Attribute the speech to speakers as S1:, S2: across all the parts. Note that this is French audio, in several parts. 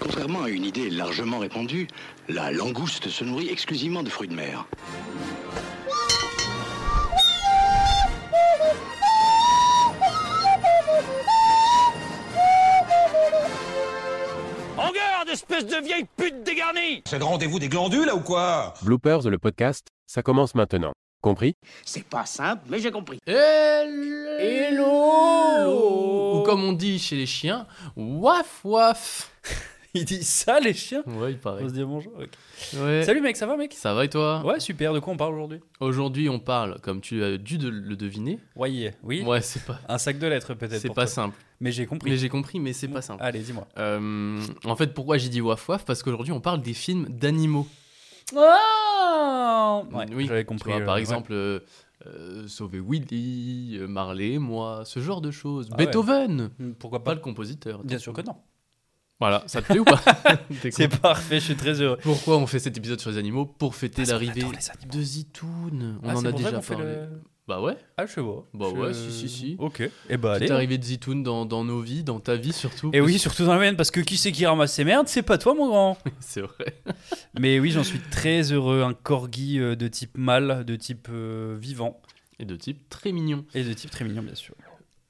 S1: Contrairement à une idée largement répandue, la langouste se nourrit exclusivement de fruits de mer.
S2: En garde, espèce de vieille pute dégarnie
S3: C'est le rendez-vous des glandules, là, ou quoi
S4: Bloopers, le podcast, ça commence maintenant. Compris
S2: C'est pas simple, mais j'ai compris.
S5: Hello Ou comme on dit chez les chiens, waf waf
S6: Il dit ça, les chiens
S5: Ouais, il paraît.
S6: On se dit bonjour. ok.
S5: Ouais.
S6: Salut, mec, ça va, mec
S5: Ça va et toi
S6: Ouais, super. De quoi on parle aujourd'hui
S5: Aujourd'hui, on parle, comme tu as dû de- le deviner.
S6: Ouais, oui.
S5: Ouais, c'est pas,
S6: Un sac de lettres, peut-être.
S5: c'est
S6: pour
S5: pas
S6: toi.
S5: simple.
S6: Mais j'ai compris.
S5: Mais j'ai compris, mais c'est pas simple.
S6: Allez, dis-moi.
S5: Euh, en fait, pourquoi j'ai dit waf waf Parce qu'aujourd'hui, on parle des films d'animaux.
S6: Ah Ouais,
S5: oui,
S6: j'avais
S5: tu
S6: compris.
S5: vois,
S6: euh,
S5: par
S6: ouais.
S5: exemple, euh, euh, Sauver Willy, euh, Marley, et moi, ce genre de choses.
S6: Ah ouais.
S5: Beethoven
S6: Hmm, Pourquoi
S5: Pas
S6: pas
S5: le compositeur.
S6: Bien sûr que non.
S5: Voilà, ça te plaît ou pas T'es
S6: C'est
S5: content
S6: parfait, je suis très heureux.
S5: Pourquoi on fait cet épisode sur les animaux Pour fêter
S6: Parce qu'on
S5: l'arrivée
S6: adore les animaux.
S5: de Zitoun. On
S6: Ah,
S5: en
S6: c'est
S5: a
S6: pour ça
S5: déjà
S6: qu'on fait
S5: parlé.
S6: le-
S5: Bah ouais.
S6: Ah, je sais pas.
S5: Bah
S6: Je-
S5: ouais, si, si, si.
S6: Ok. Et bah,
S5: Petite
S6: allez.
S5: arrivée de Zitoun dans, dans nos vies, dans ta vie surtout.
S6: Et oui, surtout dans la mienne, parce que qui c'est qui ramasse ces merdes C'est pas toi, mon grand.
S5: c'est vrai.
S6: Mais oui, j'en suis très heureux. Un corgi euh, de type mâle, de type euh, vivant
S5: Et de type très mignon.
S6: et de type très mignon, bien sûr.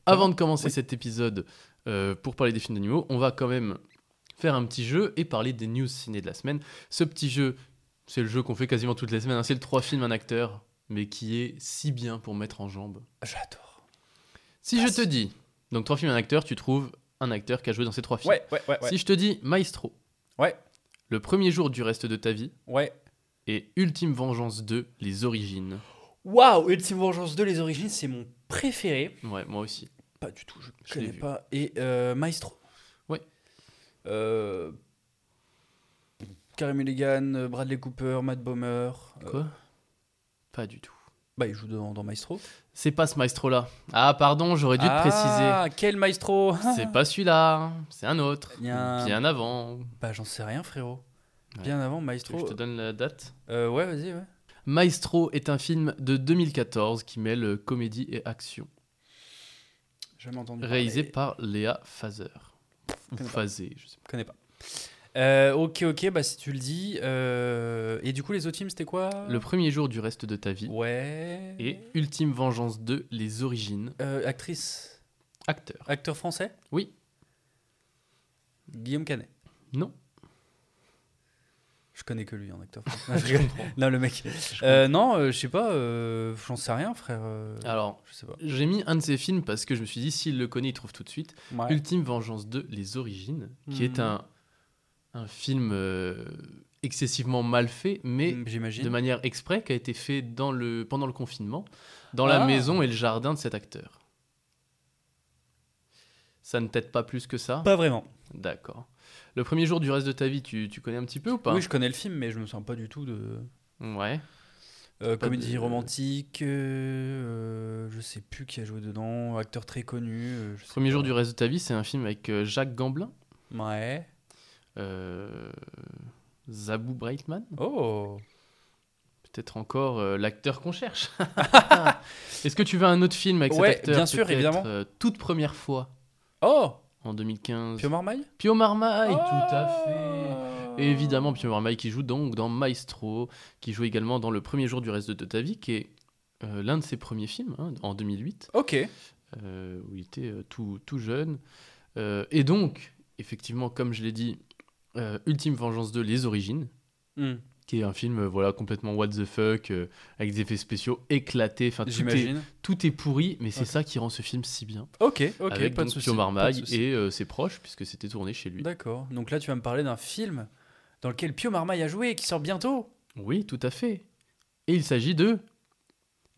S5: Avant de commencer cet épisode euh, pour parler des films d'animaux, on va quand même faire un petit jeu et parler des news ciné de la semaine. Ce petit jeu, c'est le jeu qu'on fait quasiment toutes les semaines. hein. C'est le trois films, un acteur, mais qui est si bien pour mettre en jambe.
S6: J'adore.
S5: Si
S6: Ah,
S5: je te dis, donc trois films, un acteur, tu trouves un acteur qui a joué dans ces trois films.
S6: Ouais, ouais, ouais. ouais.
S5: Si je te dis Maestro,
S6: Ouais,
S5: Le premier jour du reste de ta vie
S6: ouais.
S5: et Ultime Vengeance 2, les origines.
S6: Waouh, Ultime Vengeance 2, les origines, c'est mon préféré.
S5: Ouais, moi aussi.
S6: Pas du tout, je
S5: Je l'ai
S6: connais
S5: vu.
S6: pas. Et euh, Maestro.
S5: Ouais.
S6: Euh, Carey Mulligan, euh, Bradley Cooper, Matt Bomer. euh,
S5: Quoi Pas du tout.
S6: bah, il joue dans, dans Maestro.
S5: C'est pas ce maestro-là. Ah, pardon, j'aurais dû te
S6: Ah, quel Maestro
S5: préciser. C'est pas celui-là, hein. c'est un autre.
S6: Il y a un-
S5: Bien avant.
S6: Bah, j'en sais rien, frérot.
S5: Ouais.
S6: Bien avant
S5: Tu veux
S6: Maestro.
S5: que Je te donne la date.
S6: Euh, ouais, vas-y, ouais.
S5: Maestro est un film de 2014 qui mêle comédie et action,
S6: Jamais entendu. parler.
S5: réalisé par Léa Fazer. Ou
S6: Connais pas.
S5: Fazé, je sais pas.
S6: Je connais pas. Euh, ok, ok, bah si tu le dis. euh, Et du coup, les autres films, c'était quoi
S5: Le premier jour du reste de ta vie
S6: Ouais.
S5: et Ultime Vengeance 2, les origines.
S6: Euh, actrice.
S5: Acteur.
S6: Acteur français
S5: Oui.
S6: Guillaume Canet.
S5: Non.
S6: Je connais que lui en acteur français. Non, je rigole. non, le mec. Euh, non, euh, je sais pas, euh, j'en sais rien, frère. euh,
S5: Alors,
S6: je sais pas.
S5: J'ai mis un de ces films parce que je me suis dit, s'il le connaît, il trouve tout de suite.
S6: Ouais.
S5: Ultime Vengeance 2, Les Origines, qui est
S6: Mhm.
S5: un, un film euh, excessivement mal fait, mais
S6: Mm,
S5: de
S6: J'imagine.
S5: manière exprès, qui a été fait dans le, pendant le confinement, dans la
S6: Ah.
S5: maison et le jardin de cet acteur. Ça ne t'aide pas plus que ça
S6: Pas vraiment.
S5: D'accord. Le premier jour du reste de ta vie, tu, tu connais un petit peu ou pas
S6: Oui, je connais le film, mais je me sens pas du tout de.
S5: Ouais.
S6: Euh,
S5: Pas
S6: comédie
S5: de-
S6: romantique, euh, euh, je sais plus qui a joué dedans, acteur très connu. euh, je sais
S5: Premier
S6: pas.
S5: jour du reste de ta vie, c'est un film avec euh, Jacques Gamblin,
S6: Ouais.
S5: euh, Zabou Breitman,
S6: Oh
S5: peut-être encore euh, l'acteur qu'on cherche. Est-ce que tu veux un autre film avec
S6: Ouais,
S5: cet acteur
S6: bien sûr,
S5: peut-être,
S6: évidemment.
S5: euh, toute première fois
S6: Oh
S5: en 2015.
S6: Pio Marmaille Ah.
S5: Pio Marmaille,
S6: Oh
S5: Ah, tout à fait. Et évidemment, Pio Marmaille qui joue donc dans Maestro, qui joue également dans Le premier jour du reste de ta vie, qui est euh, l'un de ses premiers films hein, en 2008,
S6: Ok.
S5: euh, où il était euh, tout, tout jeune. Euh, et donc, effectivement, comme je l'ai dit, euh, Ultime Vengeance 2, Les Origines,
S6: Hmm.
S5: qui est un film euh, voilà complètement what the fuck, euh, avec des effets spéciaux éclatés. Enfin, tout est,
S6: J'imagine.
S5: tout est pourri, mais c'est
S6: Ok.
S5: ça qui rend ce film si bien.
S6: Ok, ok,
S5: avec
S6: pas de
S5: donc
S6: souci.
S5: Pio
S6: pas de
S5: Marmaille
S6: souci.
S5: et euh, ses proches, puisque c'était tourné chez lui.
S6: D'accord. Donc là, tu vas me parler d'un film dans lequel Pio Marmaille a joué et qui sort bientôt.
S5: Oui, tout à fait. Et il s'agit de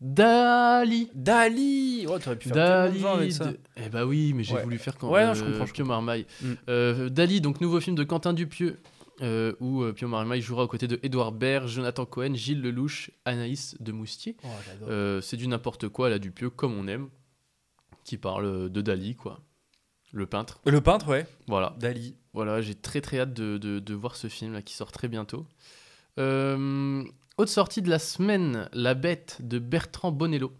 S5: Dali.
S6: Dali Oh, t'aurais pu faire tellement de gens avec ça.
S5: de- Eh bah oui, mais j'ai
S6: Ouais.
S5: voulu faire quand
S6: Ouais, non, je comprends, je
S5: Pio Marmaille.
S6: Mm.
S5: Euh, Dali, donc nouveau film de Quentin Dupieux, euh, où euh, Pio Marmaille jouera aux côtés de Édouard Baird, Jonathan Cohen, Gilles Lelouch, Anaïs de Moustier.
S6: Oh, j'adore.
S5: Euh, c'est du n'importe quoi à la Dupieux, comme on aime, qui parle euh, de Dali, quoi. Le peintre.
S6: Le peintre, ouais.
S5: Voilà.
S6: Dali.
S5: Voilà, j'ai très très hâte de, de- de voir ce film là qui sort très bientôt. Euh, autre sortie de la semaine, La Bête de Bertrand Bonello.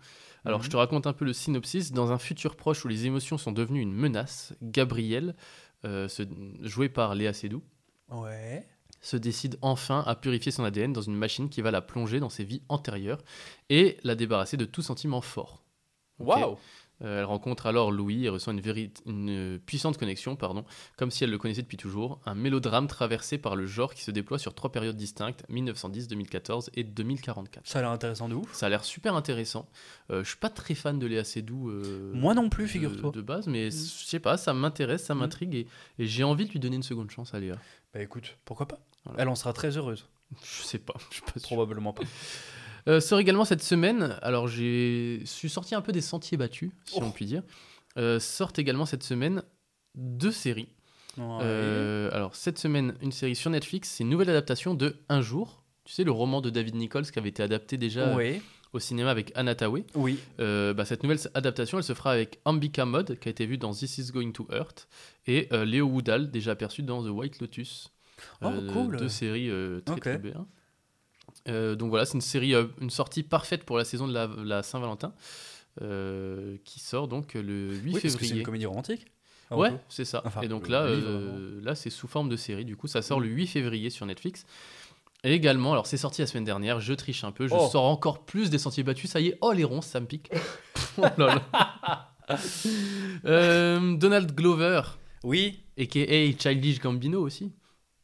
S5: Alors
S6: Mhm.
S5: je te raconte un peu le synopsis. Dans un futur proche où les émotions sont devenues une menace, Gabriel, euh, se- joué par Léa Seydoux,
S6: Ouais.
S5: se décide enfin à purifier son ADN dans une machine qui va la plonger dans ses vies antérieures et la débarrasser de tout sentiment fort. Ok
S6: Waouh
S5: euh, elle rencontre alors Louis et ressent une, vérit- une euh, puissante connexion, pardon, comme si elle le connaissait depuis toujours, un mélodrame traversé par le genre qui se déploie sur trois périodes distinctes, 1910, 2014 et 2044.
S6: Ça a l'air intéressant de ouf.
S5: Ça a l'air super intéressant. Euh, je suis pas très fan de Léa Seydoux. euh,
S6: Moi non plus,
S5: de-
S6: figure-toi. Mm.
S5: De base, mais je sais pas, ça m'intéresse, ça m'intrigue et, et j'ai envie de lui donner une seconde chance à Léa.
S6: Bah écoute, pourquoi pas
S5: Voilà.
S6: Elle en sera très heureuse.
S5: Je sais pas, je suis pas sûr.
S6: Probablement pas.
S5: Euh, sort également cette semaine, alors j'ai je suis sorti un peu des sentiers battus, si
S6: Oh.
S5: on peut dire. Euh, sortent également cette semaine deux séries.
S6: Ouais.
S5: Euh, alors cette semaine, une série sur Netflix, c'est une nouvelle adaptation de Un jour. Tu sais, le roman de David Nichols qui avait été adapté déjà
S6: Ouais.
S5: au cinéma avec Anna Tawai.
S6: Oui.
S5: Euh, bah, cette nouvelle adaptation, elle se fera avec Ambika Mod, qui a été vue dans This Is Going to Hurt, et euh, Léo Woodall, déjà aperçu dans The White Lotus.
S6: Oh, cool.
S5: Deux séries euh, très,
S6: Ok.
S5: très bien. Euh, donc voilà, c'est une série, euh, une sortie parfaite pour la saison de la, la Saint-Valentin, euh, qui sort donc le 8
S6: Oui, parce que c'est
S5: février.
S6: une comédie romantique. Un
S5: Ouais,
S6: peu.
S5: c'est ça.
S6: Enfin,
S5: et donc
S6: le
S5: là,
S6: livre, Mm.
S5: euh, là c'est sous forme de série. Du coup, ça sort le 8 février sur Netflix. Et également, alors c'est sorti la semaine dernière, je triche un peu, je
S6: Oh.
S5: sors encore plus des sentiers battus, ça y est, oh les ronces, ça me pique. Oh là là. Euh, Donald Glover,
S6: Oui.
S5: a.k.a. Childish Gambino aussi.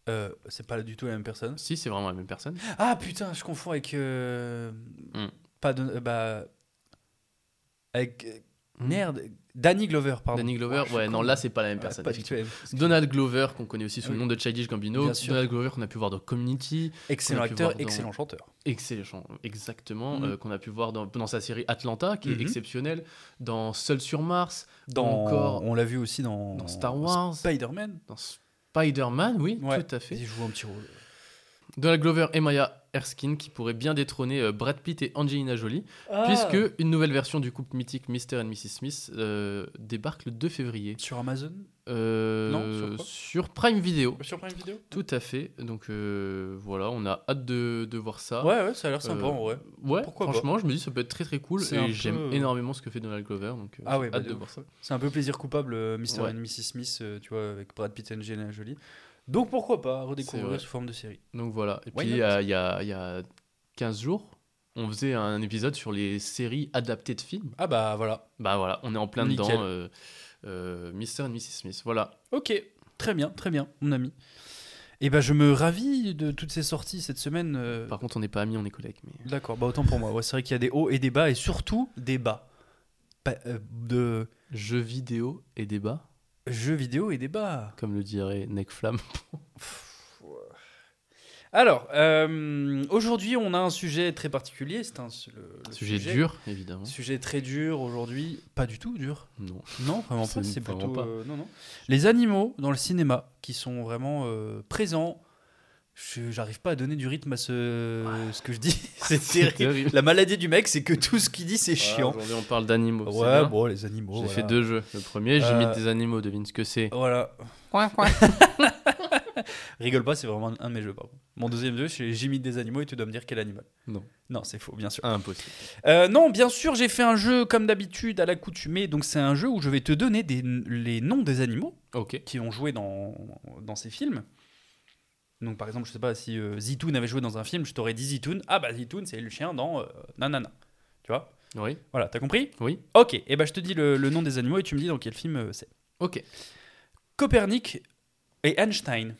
S6: Euh, c'est pas du tout la même personne.
S5: Si, c'est vraiment la même personne.
S6: Ah putain, je confonds avec. euh,
S5: Hmm.
S6: Pas de. euh, bah. Avec. euh, Merde. Danny Glover, pardon.
S5: Hmm. Danny Glover,
S6: Ah, je suis
S5: ouais,
S6: con.
S5: non, là c'est pas la même
S6: Ouais,
S5: personne.
S6: pas du tout
S5: effectivement.
S6: la même.
S5: Donald Glover, qu'on connaît aussi sous le
S6: Oui.
S5: nom de Childish Gambino.
S6: Bien sûr.
S5: Donald Glover, qu'on a pu voir dans Community.
S6: Excellent
S5: qu'on a pu
S6: acteur,
S5: voir dans-
S6: excellent chanteur.
S5: Excellent, exactement,
S6: Mhm.
S5: euh, qu'on a pu voir dans, dans sa série Atlanta, qui est
S6: Mhm.
S5: exceptionnelle, dans Seul sur Mars,
S6: Dans,
S5: encore-
S6: on l'a vu aussi dans,
S5: dans Star Wars,
S6: Spider-Man.
S5: dans Spider-Man, oui,
S6: Ouais,
S5: tout à fait.
S6: Il joue un petit rôle.
S5: Donald Glover et Maya Erskine, qui pourraient bien détrôner euh, Brad Pitt et Angelina Jolie,
S6: Ah.
S5: puisque une nouvelle version du couple mythique Mr. and Mrs. Smith euh, débarque le 2 février.
S6: Sur Amazon
S5: Euh,
S6: Non, sur quoi
S5: sur Prime Video.
S6: Sur Prime Video
S5: Tout à fait, donc euh, voilà, on a hâte de, de voir ça.
S6: Ouais, ouais, ça a l'air sympa
S5: Euh,
S6: en vrai.
S5: Ouais,
S6: Pourquoi pas
S5: franchement, je me dis ça peut être très très cool
S6: C'est un
S5: et
S6: peu,
S5: j'aime
S6: euh,
S5: énormément ce que fait Donald Glover donc euh,
S6: Ah ouais,
S5: j'ai
S6: bah,
S5: hâte
S6: de
S5: de
S6: ouf.
S5: voir ça.
S6: C'est un peu plaisir coupable, euh, Mr.
S5: Ouais.
S6: and Mrs. Smith, euh, tu vois, avec Brad Pitt et Angelina Jolie. Donc pourquoi pas
S5: C'est
S6: redécouvrir
S5: vrai.
S6: sous forme de série
S5: Donc voilà, et
S6: Why
S5: puis
S6: not
S5: il y, a- il y a il y a 15 jours, on faisait un épisode sur les séries adaptées de films.
S6: Ah bah voilà.
S5: Bah voilà, on est en plein
S6: Nickel.
S5: dedans euh, euh, Mr. and Mrs. Smith. Voilà.
S6: Ok, très bien, très bien, mon ami. Et bah je me ravis de toutes ces sorties cette semaine. euh,
S5: Par contre, on n'est pas amis, on est collègues mais
S6: D'accord, bah autant pour moi. Ouais, c'est vrai qu'il y a des hauts et des bas, et surtout des bas. Pas- euh, de
S5: jeux vidéo et débat,
S6: jeux vidéo et des bas.
S5: comme le dirait Necflam.
S6: Alors, euh, aujourd'hui, on a un sujet très particulier. C'est un su- le- le
S5: Sujet dur, évidemment.
S6: Sujet très dur aujourd'hui. Pas du tout dur.
S5: Non.
S6: Non, vraiment pas.
S5: C'est
S6: C'est
S5: vraiment
S6: plutôt.
S5: pas.
S6: euh, non, non. Les animaux dans le cinéma qui sont vraiment euh, présents. Je- J'arrive pas à donner du rythme à ce, ce que je dis. C'est terrible.
S5: terrible.
S6: La maladie du mec, c'est que tout ce qu'il dit, c'est
S5: Voilà,
S6: chiant.
S5: Aujourd'hui, on parle d'animaux. c'est
S6: Ouais,
S5: bien.
S6: bon, les animaux.
S5: J'ai
S6: voilà.
S5: fait deux jeux. Le premier, j'imite
S6: Euh,
S5: des animaux, devine ce que c'est.
S6: Voilà. Rigole pas, c'est vraiment un de mes jeux, par contre. Mon deuxième jeu, c'est les gémites des animaux et tu dois me dire quel animal.
S5: Non.
S6: Non, c'est faux, bien sûr.
S5: Impossible.
S6: Euh, non, bien sûr, j'ai fait un jeu comme d'habitude à l'accoutumée. Donc, c'est un jeu où je vais te donner des- les noms des animaux
S5: Ok.
S6: qui ont joué dans, dans ces films. Donc, par exemple, je sais pas si euh, Zitoun avait joué dans un film, je t'aurais dit Zitoun. Ah, bah, Zitoun, c'est le chien dans euh, Nanana. Tu vois
S5: Oui.
S6: Voilà, t'as compris
S5: Oui.
S6: Ok, et ben je te dis le, le nom des animaux et tu me dis dans quel film euh, c'est.
S5: Ok.
S6: Copernic et Einstein.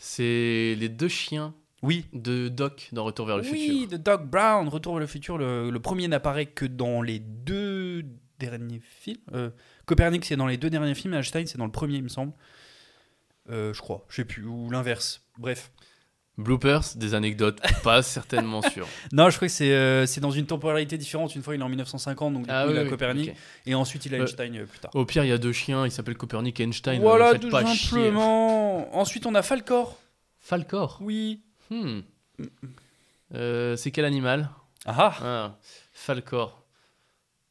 S5: C'est les deux chiens
S6: Oui.
S5: de Doc dans Retour vers le
S6: Oui,
S5: futur.
S6: de Doc Brown, Retour vers le futur. Le, le premier n'apparaît que dans les deux derniers films. Euh, Copernic, c'est dans les deux derniers films, et Einstein, c'est dans le premier, il me semble. Euh, je crois, je sais plus, ou l'inverse. Bref.
S5: Bloopers, des anecdotes, pas certainement sûres.
S6: Non, je crois que c'est euh, c'est dans une temporalité différente. Une fois, il est en 1950, donc du coup, il a
S5: Ah oui, oui,
S6: Copernic,
S5: ok.
S6: et ensuite, il a
S5: Euh,
S6: Einstein euh, plus tard.
S5: Au pire, il y a deux chiens, ils s'appellent Copernic et Einstein.
S6: voilà,
S5: ne
S6: tout
S5: faites pas chier.
S6: simplement. Ensuite, on a Falcor.
S5: Falcor.
S6: Oui.
S5: Hmm. Euh, c'est quel animal
S6: Ah
S5: ah, Falcor.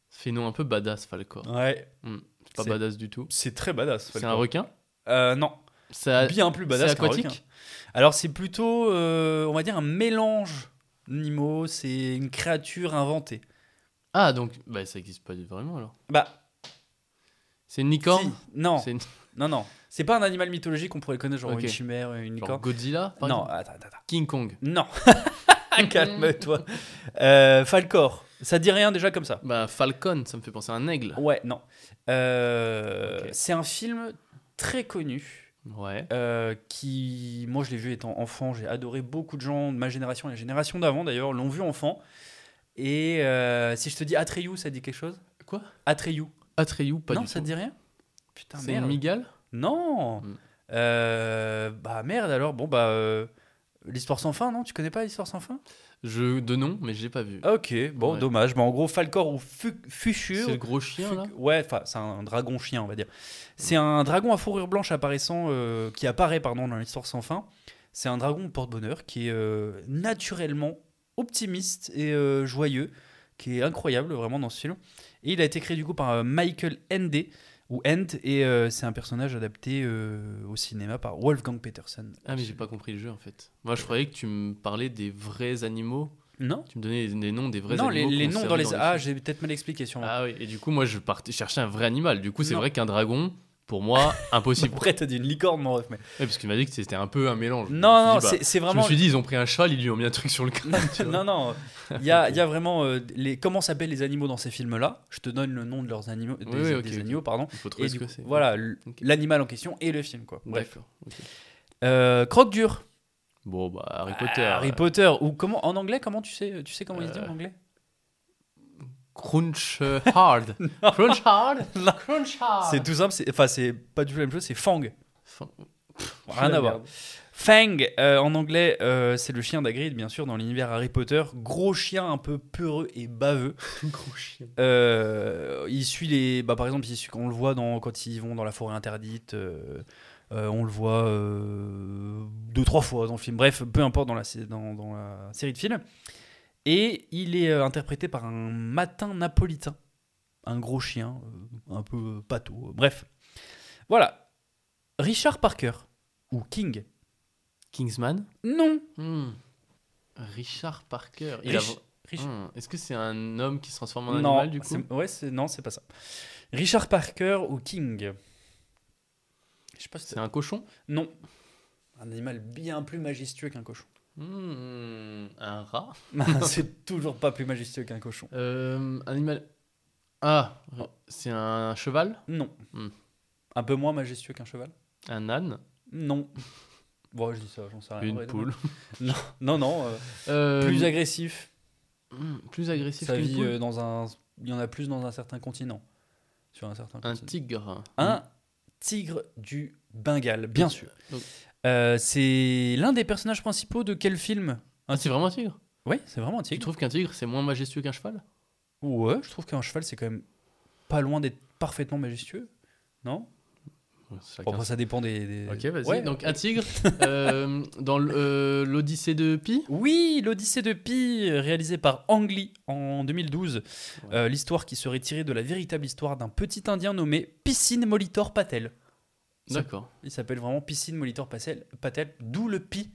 S5: Ça fait nom un peu badass, Falcor.
S6: ah. Ouais,
S5: Hmm, C'est pas
S6: C'est-
S5: badass du tout.
S6: c'est très badass.
S5: C'est un
S6: Falcor.
S5: requin
S6: Euh, non,
S5: Ça-
S6: bien plus badass.
S5: c'est
S6: qu'un
S5: aquatique
S6: requin. Alors c'est plutôt, euh, on va dire, un mélange. Nemo, c'est une créature inventée.
S5: Ah, donc bah, ça existe pas vraiment alors.
S6: Bah,
S5: C'est une
S6: si.
S5: licorne
S6: non,
S5: C'est une...
S6: non, non. C'est pas un animal mythologique qu'on pourrait connaître, genre
S5: Ok.
S6: une chimère, une
S5: genre
S6: licorne.
S5: Godzilla par
S6: non, Ah,
S5: exemple
S6: attends, attends, attends.
S5: King Kong.
S6: Non. Calme-toi. Euh, Falcor, ça dit rien déjà comme ça.
S5: Bah, Falcon, ça me fait penser à un aigle.
S6: Ouais, non. Euh,
S5: Ok.
S6: C'est un film très connu.
S5: Ouais.
S6: euh, qui, moi je l'ai vu étant enfant, j'ai adoré beaucoup de gens de ma génération et la génération d'avant d'ailleurs l'ont vu enfant. Et euh, si je te dis Atreyu, ça te dit quelque chose
S5: Quoi
S6: Atreyu.
S5: Atreyu, pas
S6: non,
S5: du
S6: ça
S5: tout.
S6: te dit rien Putain,
S5: C'est
S6: merde.
S5: une migale
S6: Non
S5: Hmm.
S6: Euh, Bah merde alors, bon bah. euh, L'histoire sans fin, non Tu connais pas l'histoire sans fin
S5: Je de nom, mais j'ai pas vu.
S6: Ok, bon,
S5: Ouais.
S6: dommage. Bah, en gros, Falcor ou Fu-
S5: c'est le
S6: Fuchur.
S5: gros chien là
S6: Fuc- Ouais, enfin, c'est un dragon chien, on va dire. C'est un dragon à fourrure blanche apparaissant, euh, qui apparaît pardon, dans l'histoire sans fin. C'est un dragon porte-bonheur qui est euh, naturellement optimiste et euh, joyeux, qui est incroyable vraiment dans ce film. Et il a été créé du coup par euh, Michael Ende, ou End, et euh, c'est un personnage adapté euh, au cinéma par Wolfgang Petersen.
S5: Ah, mais j'ai pas compris le jeu en fait. Moi,
S6: Euh.
S5: je croyais que tu me parlais des vrais animaux.
S6: Non
S5: Tu me donnais les, les noms des vrais
S6: Non, les,
S5: animaux.
S6: les noms
S5: conservés
S6: dans les...
S5: films.
S6: ah, j'ai peut-être mal expliqué sûrement.
S5: Ah oui, et du coup, moi, je partais chercher un vrai animal. Du coup, c'est
S6: Non.
S5: vrai qu'un dragon, pour moi, impossible.
S6: Après, t'as dit une licorne, mon ref, mais...
S5: Ouais, parce qu'il m'a dit que c'était un peu un mélange.
S6: Non, non,
S5: Je me suis dit,
S6: c'est- c'est
S5: bah,
S6: vraiment...
S5: Je me suis dit, ils ont pris un cheval, ils lui ont mis un truc sur le crâne. tu vois.
S6: non, non, il y a, il y a vraiment euh, les, comment s'appellent les animaux dans ces films-là. Je te donne le nom de leurs animaux, des,
S5: Oui, oui, ok,
S6: des
S5: ok.
S6: animaux, pardon.
S5: Il faut trouver
S6: Et
S5: ce
S6: du
S5: que
S6: coup,
S5: c'est.
S6: voilà, l-
S5: Ok.
S6: l'animal en question et le film, quoi. Bref.
S5: D'accord. ok.
S6: Euh, Croque dur.
S5: Bon, bah, Harry Potter.
S6: Harry
S5: euh,
S6: Potter. Ou comment En anglais, comment tu sais Tu sais comment il se dit en
S5: Euh,
S6: anglais
S5: Crunch euh, Hard. Crunch Hard
S6: Non.
S5: Crunch Hard
S6: C'est tout simple. c'est- Enfin, c'est pas du tout la même chose. C'est Fang.
S5: Enfin,
S6: Rien à
S5: la
S6: voir.
S5: merde.
S6: Fang, euh, en anglais, euh, c'est le chien d'Agrid, bien sûr, dans l'univers Harry Potter. Gros chien un peu peureux et baveux.
S5: Gros chien.
S6: Euh, il suit les. Bah, par exemple, il suit- on le voit dans, quand ils vont dans la forêt interdite. euh, euh, on le voit euh, deux, trois fois dans le film. Bref, peu importe dans la, sé- dans, dans la série de films. Et il est euh, interprété par un matin napolitain. Un gros chien, euh, un peu euh, pâteau. Bref. Voilà. Richard Parker, ou King.
S5: Kingsman
S6: Non.
S5: Hmm. Richard Parker. Il
S6: Rich-
S5: a-
S6: Rich-
S5: Hmm. Est-ce que c'est un homme qui se transforme en
S6: non,
S5: animal du coup
S6: c'est- ouais, c'est- non, c'est pas ça. Richard Parker ou King Je sais pas si
S5: C'est un cochon
S6: Non. Un animal bien plus majestueux qu'un cochon. Bah,
S5: Hmm, Un rat
S6: c'est toujours pas plus majestueux qu'un cochon.
S5: Euh, Animal. Ah, c'est un cheval
S6: Non.
S5: Hmm.
S6: Un peu moins majestueux qu'un cheval
S5: Un âne
S6: Non. Bon, je dis ça, j'en sais rien.
S5: Une
S6: Ouais,
S5: poule
S6: Non, non, non euh,
S5: Euh,
S6: plus agressif.
S5: hmm, plus agressif
S6: Ça
S5: qu'une
S6: vit
S5: poule
S6: euh, dans un. Il y en a plus dans un certain continent. Sur un certain
S5: Un
S6: continent.
S5: tigre.
S6: un tigre du Bengale, bien sûr.
S5: Donc-
S6: Euh, c'est l'un des personnages principaux de quel film
S5: Ah, c'est vraiment un tigre
S6: Oui, c'est vraiment un
S5: Tu
S6: tigre.
S5: trouves qu'un tigre, c'est moins majestueux qu'un cheval
S6: Ouais, je trouve qu'un cheval, c'est quand même pas loin d'être parfaitement majestueux. Non Bon,
S5: Chacun
S6: après, ça dépend des. des-
S5: Ok, vas-y.
S6: Ouais.
S5: Donc un tigre euh, dans l- euh, l'Odyssée de Pi.
S6: Oui, l'Odyssée de Pi, euh, réalisé par Ang Lee en 2012.
S5: Ouais.
S6: Euh, L'histoire qui serait tirée de la véritable histoire d'un petit Indien nommé Piscine Molitor Patel. Ça-
S5: D'accord.
S6: Il s'appelle vraiment Piscine Molitor Patel, Patel d'où le Pi.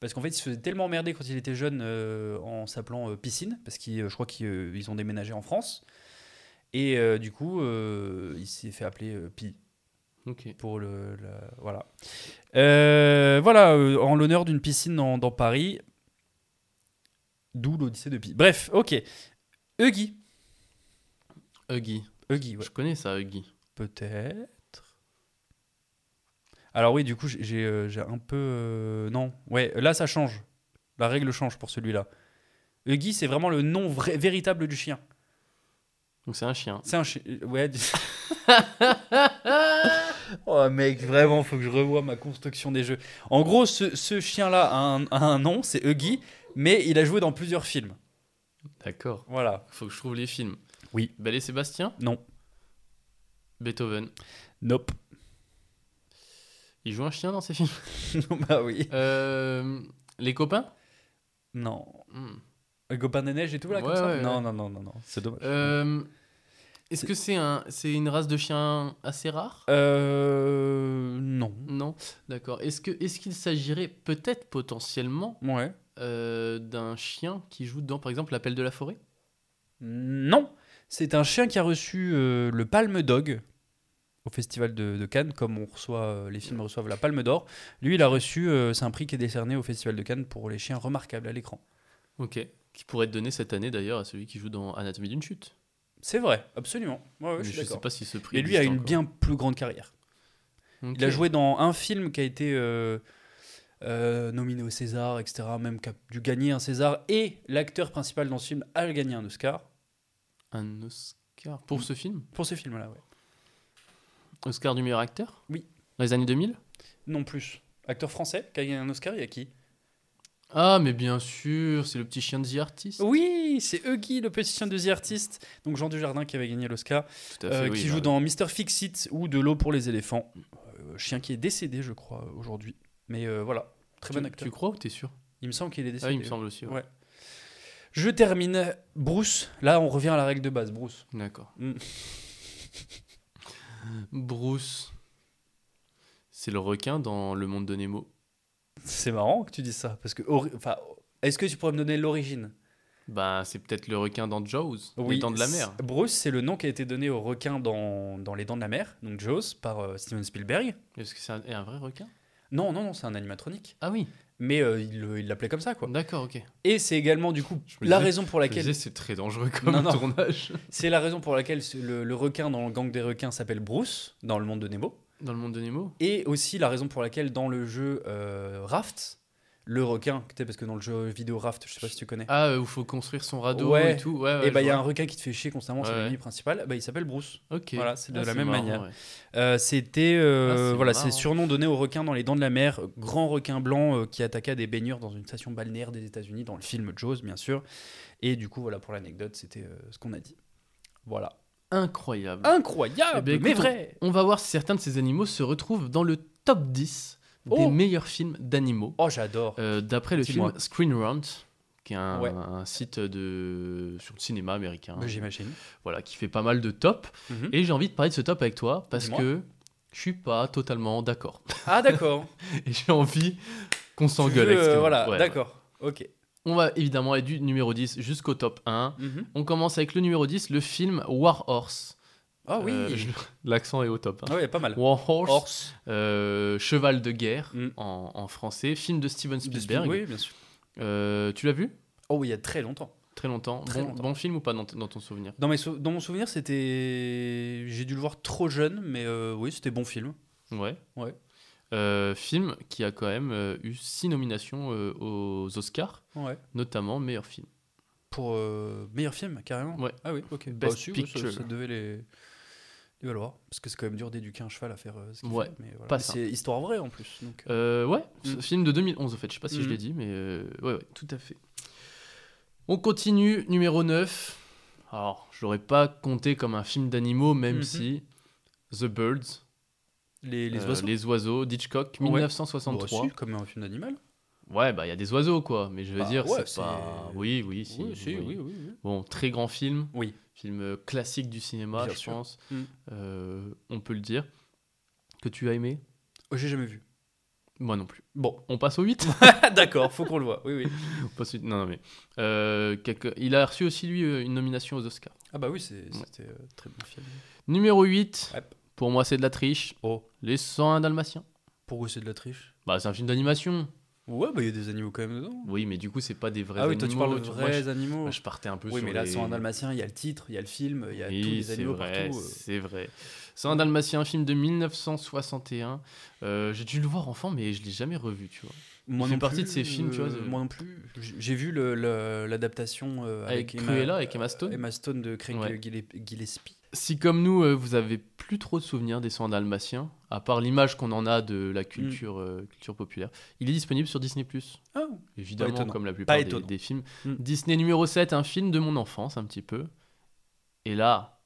S6: Parce qu'en fait, il se faisait tellement emmerder quand il était jeune euh, en s'appelant euh, Piscine, parce que je crois qu'ils euh, ils ont déménagé en France. Et euh, du coup, euh, il s'est fait appeler euh, Pi
S5: Ok.
S6: pour le, la- voilà. Euh, voilà, euh, en l'honneur d'une piscine dans, dans Paris, d'où l'Odyssée de Pi. Bref, ok. Huggy.
S5: Huggy.
S6: Huggy, ouais.
S5: Je connais ça, Huggy.
S6: Peut-être. Alors oui, du coup, j'ai- j'ai euh, j'ai un peu... euh, non, ouais, là, ça change. La règle change pour celui-là. Huggy, c'est vraiment le nom vrai- véritable du chien.
S5: Donc c'est un chien.
S6: C'est un chien... Ouais. oh mec, vraiment, faut que je revoie ma construction des jeux. En gros, ce, ce chien-là a un, a un nom, c'est Huggy, mais il a joué dans plusieurs films.
S5: D'accord.
S6: Voilà.
S5: Faut que je trouve les films.
S6: Oui.
S5: Belle et Sébastien
S6: Non.
S5: Beethoven.
S6: Nope.
S5: Il joue un chien dans ses films.
S6: bah oui.
S5: Euh, les copains
S6: Non.
S5: Hmm.
S6: Gobin des Neiges et tout là comme
S5: Ouais,
S6: ça
S5: ouais,
S6: Non,
S5: ouais.
S6: non, non, non, non. C'est dommage.
S5: Euh, Est-ce que c'est un, c'est une race de chien assez rare
S6: Euh, non.
S5: Non, d'accord. Est-ce que est-ce qu'il s'agirait peut-être potentiellement
S6: Ouais.
S5: euh, d'un chien qui joue dans, par exemple, l'appel de la forêt
S6: Non. C'est un chien qui a reçu euh, le Palme Dog au festival de, de Cannes, comme on reçoit, euh, les films reçoivent la Palme d'Or. Lui, il a reçu, euh, c'est un prix qui est décerné au festival de Cannes pour les chiens remarquables à l'écran.
S5: Ok. Qui pourrait être donné cette année d'ailleurs à celui qui joue dans Anatomie d'une chute.
S6: C'est vrai, absolument. Ouais, ouais,
S5: Mais
S6: je suis
S5: je sais
S6: d'accord.
S5: pas si ce prix.
S6: Et lui a
S5: existe
S6: une
S5: encore.
S6: bien plus grande carrière.
S5: Ok.
S6: Il a joué dans un film qui a été euh, euh, nominé au César, etc. Même qui a dû gagner un César. Et l'acteur principal dans ce film a gagné un Oscar
S5: un Oscar pour ce film.
S6: pour ce film-là. Ouais.
S5: Oscar du meilleur acteur
S6: Oui.
S5: Dans les années 2000
S6: Non plus. Acteur français qui a gagné un Oscar, il y a qui
S5: Ah, mais bien sûr, c'est le petit chien de The
S6: Oh.
S5: Artist.
S6: Oui, c'est Huggy, le petit chien de The Artist. Donc Jean Dujardin qui avait gagné l'Oscar,
S5: Tout à fait,
S6: euh,
S5: oui, bah,
S6: qui
S5: non,
S6: joue
S5: mais-
S6: dans Mister Fixit ou De l'eau pour les éléphants. Euh, chien qui est décédé, je crois, euh, aujourd'hui. Mais euh, voilà, très
S5: Tu-
S6: bon acteur.
S5: Tu crois ou t'es sûr
S6: Il me semble qu'il est
S5: Ah,
S6: décédé.
S5: il me semble aussi. ouais.
S6: Ouais. Je termine. Bruce, là on revient à la règle de base, Bruce.
S5: D'accord.
S6: Mm.
S5: Bruce, c'est le requin dans Le Monde de Nemo.
S6: C'est marrant que tu dises ça, parce que... ori- Enfin, est-ce que tu pourrais me donner l'origine
S5: Bah, c'est peut-être le requin dans Jaws, les dents de la mer.
S6: c'est- Bruce, c'est le nom qui a été donné au requin dans, dans Les Dents de la Mer, donc Jaws, par euh, Steven Spielberg.
S5: Est-ce que c'est un, un vrai requin
S6: Non, non, non, c'est un animatronique.
S5: Ah oui,
S6: Mais euh, il le- il l'appelait comme ça, quoi.
S5: d'accord, ok.
S6: Et c'est également, du coup,
S5: me
S6: la
S5: disais-
S6: raison pour
S5: Je disais,
S6: laquelle...
S5: c'est très dangereux comme
S6: Non, non.
S5: tournage.
S6: C'est la raison pour laquelle ce- le, le requin dans le gang des requins s'appelle Bruce, dans le monde de Nemo.
S5: Dans Le Monde de Nemo
S6: Et aussi la raison pour laquelle, dans le jeu euh, Raft, le requin... Tu sais, parce que dans le jeu vidéo Raft, je sais pas si tu connais...
S5: Ah, euh, où faut construire son radeau
S6: Ouais.
S5: et tout. Ouais, Ah, ouais,
S6: et bah,
S5: je
S6: il y a un
S5: vois.
S6: requin qui te fait chier constamment sur
S5: Ouais,
S6: l'ennemi
S5: ouais.
S6: principal, bah, il s'appelle Bruce.
S5: Ok.
S6: Voilà, c'est de
S5: Ah,
S6: la même
S5: marrant,
S6: manière.
S5: ouais.
S6: Euh, C'était. euh,
S5: Ah, c'est
S6: voilà,
S5: marrant.
S6: c'est le surnom donné au requin dans les dents de la mer, euh, grand requin blanc euh, qui attaqua des baigneurs dans une station balnéaire des États-Unis, dans le film Jaws, bien sûr. Et du coup, voilà, pour l'anecdote, c'était euh, ce qu'on a dit. Voilà.
S5: Incroyable.
S6: Incroyable,
S5: Eh ben, écoute,
S6: mais vrai
S5: On va voir si certains de ces animaux se retrouvent dans le top 10 des
S6: Oh.
S5: meilleurs films d'animaux.
S6: Oh, j'adore.
S5: Euh, D'après le
S6: Dis-moi.
S5: film Screen Rant, qui est un,
S6: Ouais.
S5: un site de, sur le cinéma américain,
S6: Bah, J'imagine.
S5: voilà, qui fait pas mal de top.
S6: Mhm.
S5: Et j'ai envie de parler de ce top avec toi parce
S6: Dis-moi.
S5: que je suis pas totalement d'accord.
S6: Ah, d'accord.
S5: Et j'ai envie qu'on
S6: Tu
S5: s'engueule.
S6: veux,
S5: avec ce
S6: euh,
S5: film.
S6: Voilà,
S5: Ouais,
S6: d'accord. Ok.
S5: ouais. On va évidemment aller du numéro 10 jusqu'au top 1.
S6: Mhm.
S5: On commence avec le numéro 10, le film War Horse.
S6: Ah oui.
S5: Euh, je- L'accent est au top. hein.
S6: Ah ouais, pas mal.
S5: War Horse,
S6: Horse.
S5: euh, Cheval de guerre
S6: Mm.
S5: en, en français, film de Steven
S6: De
S5: Spielberg.
S6: Oui, bien sûr.
S5: Euh, tu l'as vu
S6: Oh, il y a très longtemps.
S5: Très longtemps.
S6: Très
S5: bon,
S6: longtemps.
S5: bon film ou pas dans, t- dans ton souvenir
S6: Dans, mes sou- dans mon souvenir, c'était. J'ai dû le voir trop jeune, mais euh, oui, c'était bon film.
S5: Ouais.
S6: Ouais.
S5: Euh, film qui a quand même euh, eu six nominations euh, aux Oscars,
S6: Ouais.
S5: notamment meilleur film.
S6: Pour euh, meilleur film, carrément
S5: Ouais.
S6: Ah oui, ok.
S5: Best
S6: si, oui, ça-
S5: Picture.
S6: ça, devait les... les valoir. Parce que c'est quand même dur d'éduquer un cheval à faire euh, ce qu'il
S5: Ouais,
S6: fait, mais voilà.
S5: pas
S6: Mais
S5: ça.
S6: c'est histoire vraie en plus. Donc, euh,
S5: Euh, ouais, ce
S6: Mm.
S5: film de 2011 au fait, je sais pas si je
S6: Mm.
S5: l'ai dit, mais euh, ouais, ouais, tout à fait. On continue, numéro 9. Alors, je l'aurais pas compté comme un film d'animaux, même
S6: Mhm.
S5: si The Birds,
S6: les, les
S5: euh,
S6: oiseaux.
S5: Les Oiseaux, d'Hitchcock,
S6: Ouais.
S5: 1963.
S6: Bah, si, comme un film d'animal.
S5: Ouais, bah il y a des oiseaux quoi, mais je veux
S6: Bah,
S5: dire,
S6: ouais,
S5: c'est
S6: c'est-
S5: pas. Oui, oui, si,
S6: oui, si, oui, oui, oui.
S5: Bon, très grand film,
S6: Oui.
S5: film euh, classique du cinéma,
S6: Bien
S5: je
S6: sûr.
S5: pense.
S6: Mm.
S5: Euh, on peut le dire. Que tu as aimé
S6: Oh, J'ai jamais vu.
S5: Moi non plus. Bon, on passe au 8
S6: D'accord, faut qu'on le voit. Oui, oui.
S5: On passe au- Non, non, mais. euh, quelque- Il a reçu aussi, lui, euh, une nomination aux Oscars.
S6: Ah bah oui, c'est- c'était euh, très bon film.
S5: Numéro 8.
S6: Yep.
S5: Pour moi, c'est de la triche.
S6: Oh,
S5: Les 101 Dalmatiens.
S6: pourquoi c'est de la triche
S5: Bah, c'est un film d'animation.
S6: Ouais, bah il y a des animaux quand même dedans.
S5: Oui, mais du coup, c'est pas des vrais
S6: Ah oui,
S5: animaux.
S6: toi tu parles de
S5: vois,
S6: vrais
S5: je-
S6: animaux. Bah,
S5: moi, je partais un peu
S6: oui,
S5: sur
S6: mais là,
S5: les-
S6: sans un dalmatien, il y a le titre, il y a le film, il y a
S5: Oui,
S6: tous les
S5: c'est
S6: animaux
S5: vrai,
S6: partout. euh.
S5: C'est vrai. C'est un Dalmatien, un film de 1961. Euh, j'ai dû le voir enfant, mais je l'ai jamais revu, tu vois.
S6: Moi
S5: fait
S6: non
S5: partie de
S6: plus,
S5: ces films, tu vois,
S6: euh,
S5: de-
S6: Moi non plus. J- J'ai vu le- le- l'adaptation euh,
S5: Avec
S6: avec,
S5: Cruella, avec Emma Stone.
S6: Emma Stone de Craig
S5: Ouais.
S6: Gille- Gillespie.
S5: Si comme nous, euh, vous avez plus trop de souvenirs des soins dalmatiens, à part l'image qu'on en a de la culture,
S6: Mm.
S5: euh, culture populaire, il est disponible sur Disney+.
S6: Ah,
S5: Évidemment,
S6: étonnant.
S5: comme la plupart des,
S6: étonnant.
S5: des films.
S6: Mm.
S5: Disney numéro 7, un film de mon enfance, un petit peu. Et là,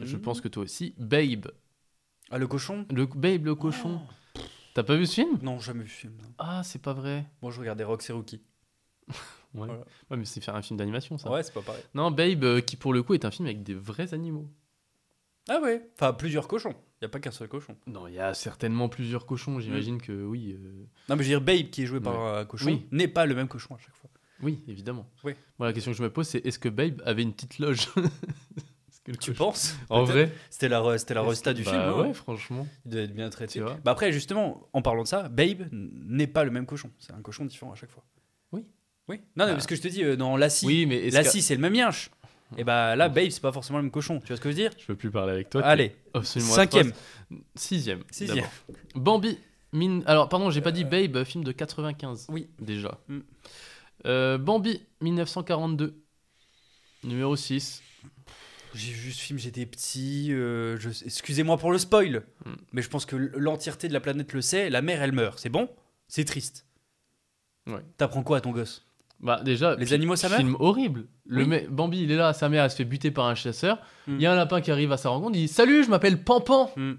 S5: je
S6: Mm.
S5: pense que toi aussi, Babe.
S6: Ah, le cochon
S5: Le, Babe le cochon.
S6: Ah.
S5: T'as pas vu ce film
S6: Non, jamais vu ce film. non.
S5: Ah, c'est pas vrai.
S6: Moi, je regardais Rox et Rookie.
S5: Ouais,
S6: Voilà.
S5: Ouais, mais c'est faire un film d'animation, ça.
S6: Ouais, c'est pas pareil.
S5: Non, Babe, euh, qui pour le coup est un film avec des vrais animaux.
S6: Ah ouais Enfin, plusieurs cochons. Il n'y a pas qu'un seul cochon.
S5: Non, il y a certainement plusieurs cochons, j'imagine que oui. euh,
S6: Non, mais je veux dire, Babe, qui est joué par un cochon,
S5: Oui.
S6: n'est pas le même cochon à chaque fois.
S5: Oui, évidemment.
S6: Oui.
S5: Moi, la question que je me pose, c'est est-ce que Babe avait une petite loge Est-ce que le
S6: Tu
S5: cochon-
S6: penses
S5: En
S6: Peut-être.
S5: vrai
S6: C'était la, re- c'était la resta du
S5: Bah
S6: film. hein.
S5: ouais, franchement.
S6: Il devait être bien traité.
S5: Tu vois.
S6: Bah après, justement, en parlant de ça, Babe n'est pas le même cochon. C'est un cochon différent à chaque fois.
S5: Oui.
S6: Oui. Non, non,
S5: Bah.
S6: parce que je te dis, euh, dans Lassie,
S5: Oui, mais est-ce
S6: Lassie, c'est le même yinche. Et bah là, Babe, c'est pas forcément le même cochon. Tu vois ce que je veux dire
S5: que- Je peux plus parler avec toi. t'es
S6: Allez,
S5: absolument
S6: cinquième.
S5: atroce. Sixième.
S6: Sixième. Euh,
S5: d'abord. Bambi. Mine... Alors, pardon, j'ai pas dit Babe, film de 95.
S6: Oui.
S5: Déjà.
S6: Mm.
S5: Euh, Bambi, 1942. Numéro 6.
S6: J'ai vu ce film, j'étais petit. euh, je... Excusez-moi pour le spoil,
S5: Hmm.
S6: mais je pense que l- l'entièreté de la planète le sait. La mère, elle meurt. C'est bon C'est triste.
S5: Ouais.
S6: T'apprends quoi à ton gosse
S5: Bah déjà,
S6: Les
S5: fi-
S6: animaux, sa mère
S5: Film horrible. Le
S6: Oui.
S5: mec- Bambi, il est là, sa mère, elle se fait buter par un chasseur. Il
S6: Mm.
S5: y a un lapin qui arrive à sa rencontre, il dit Salut, je m'appelle Pampan.
S6: Hmm.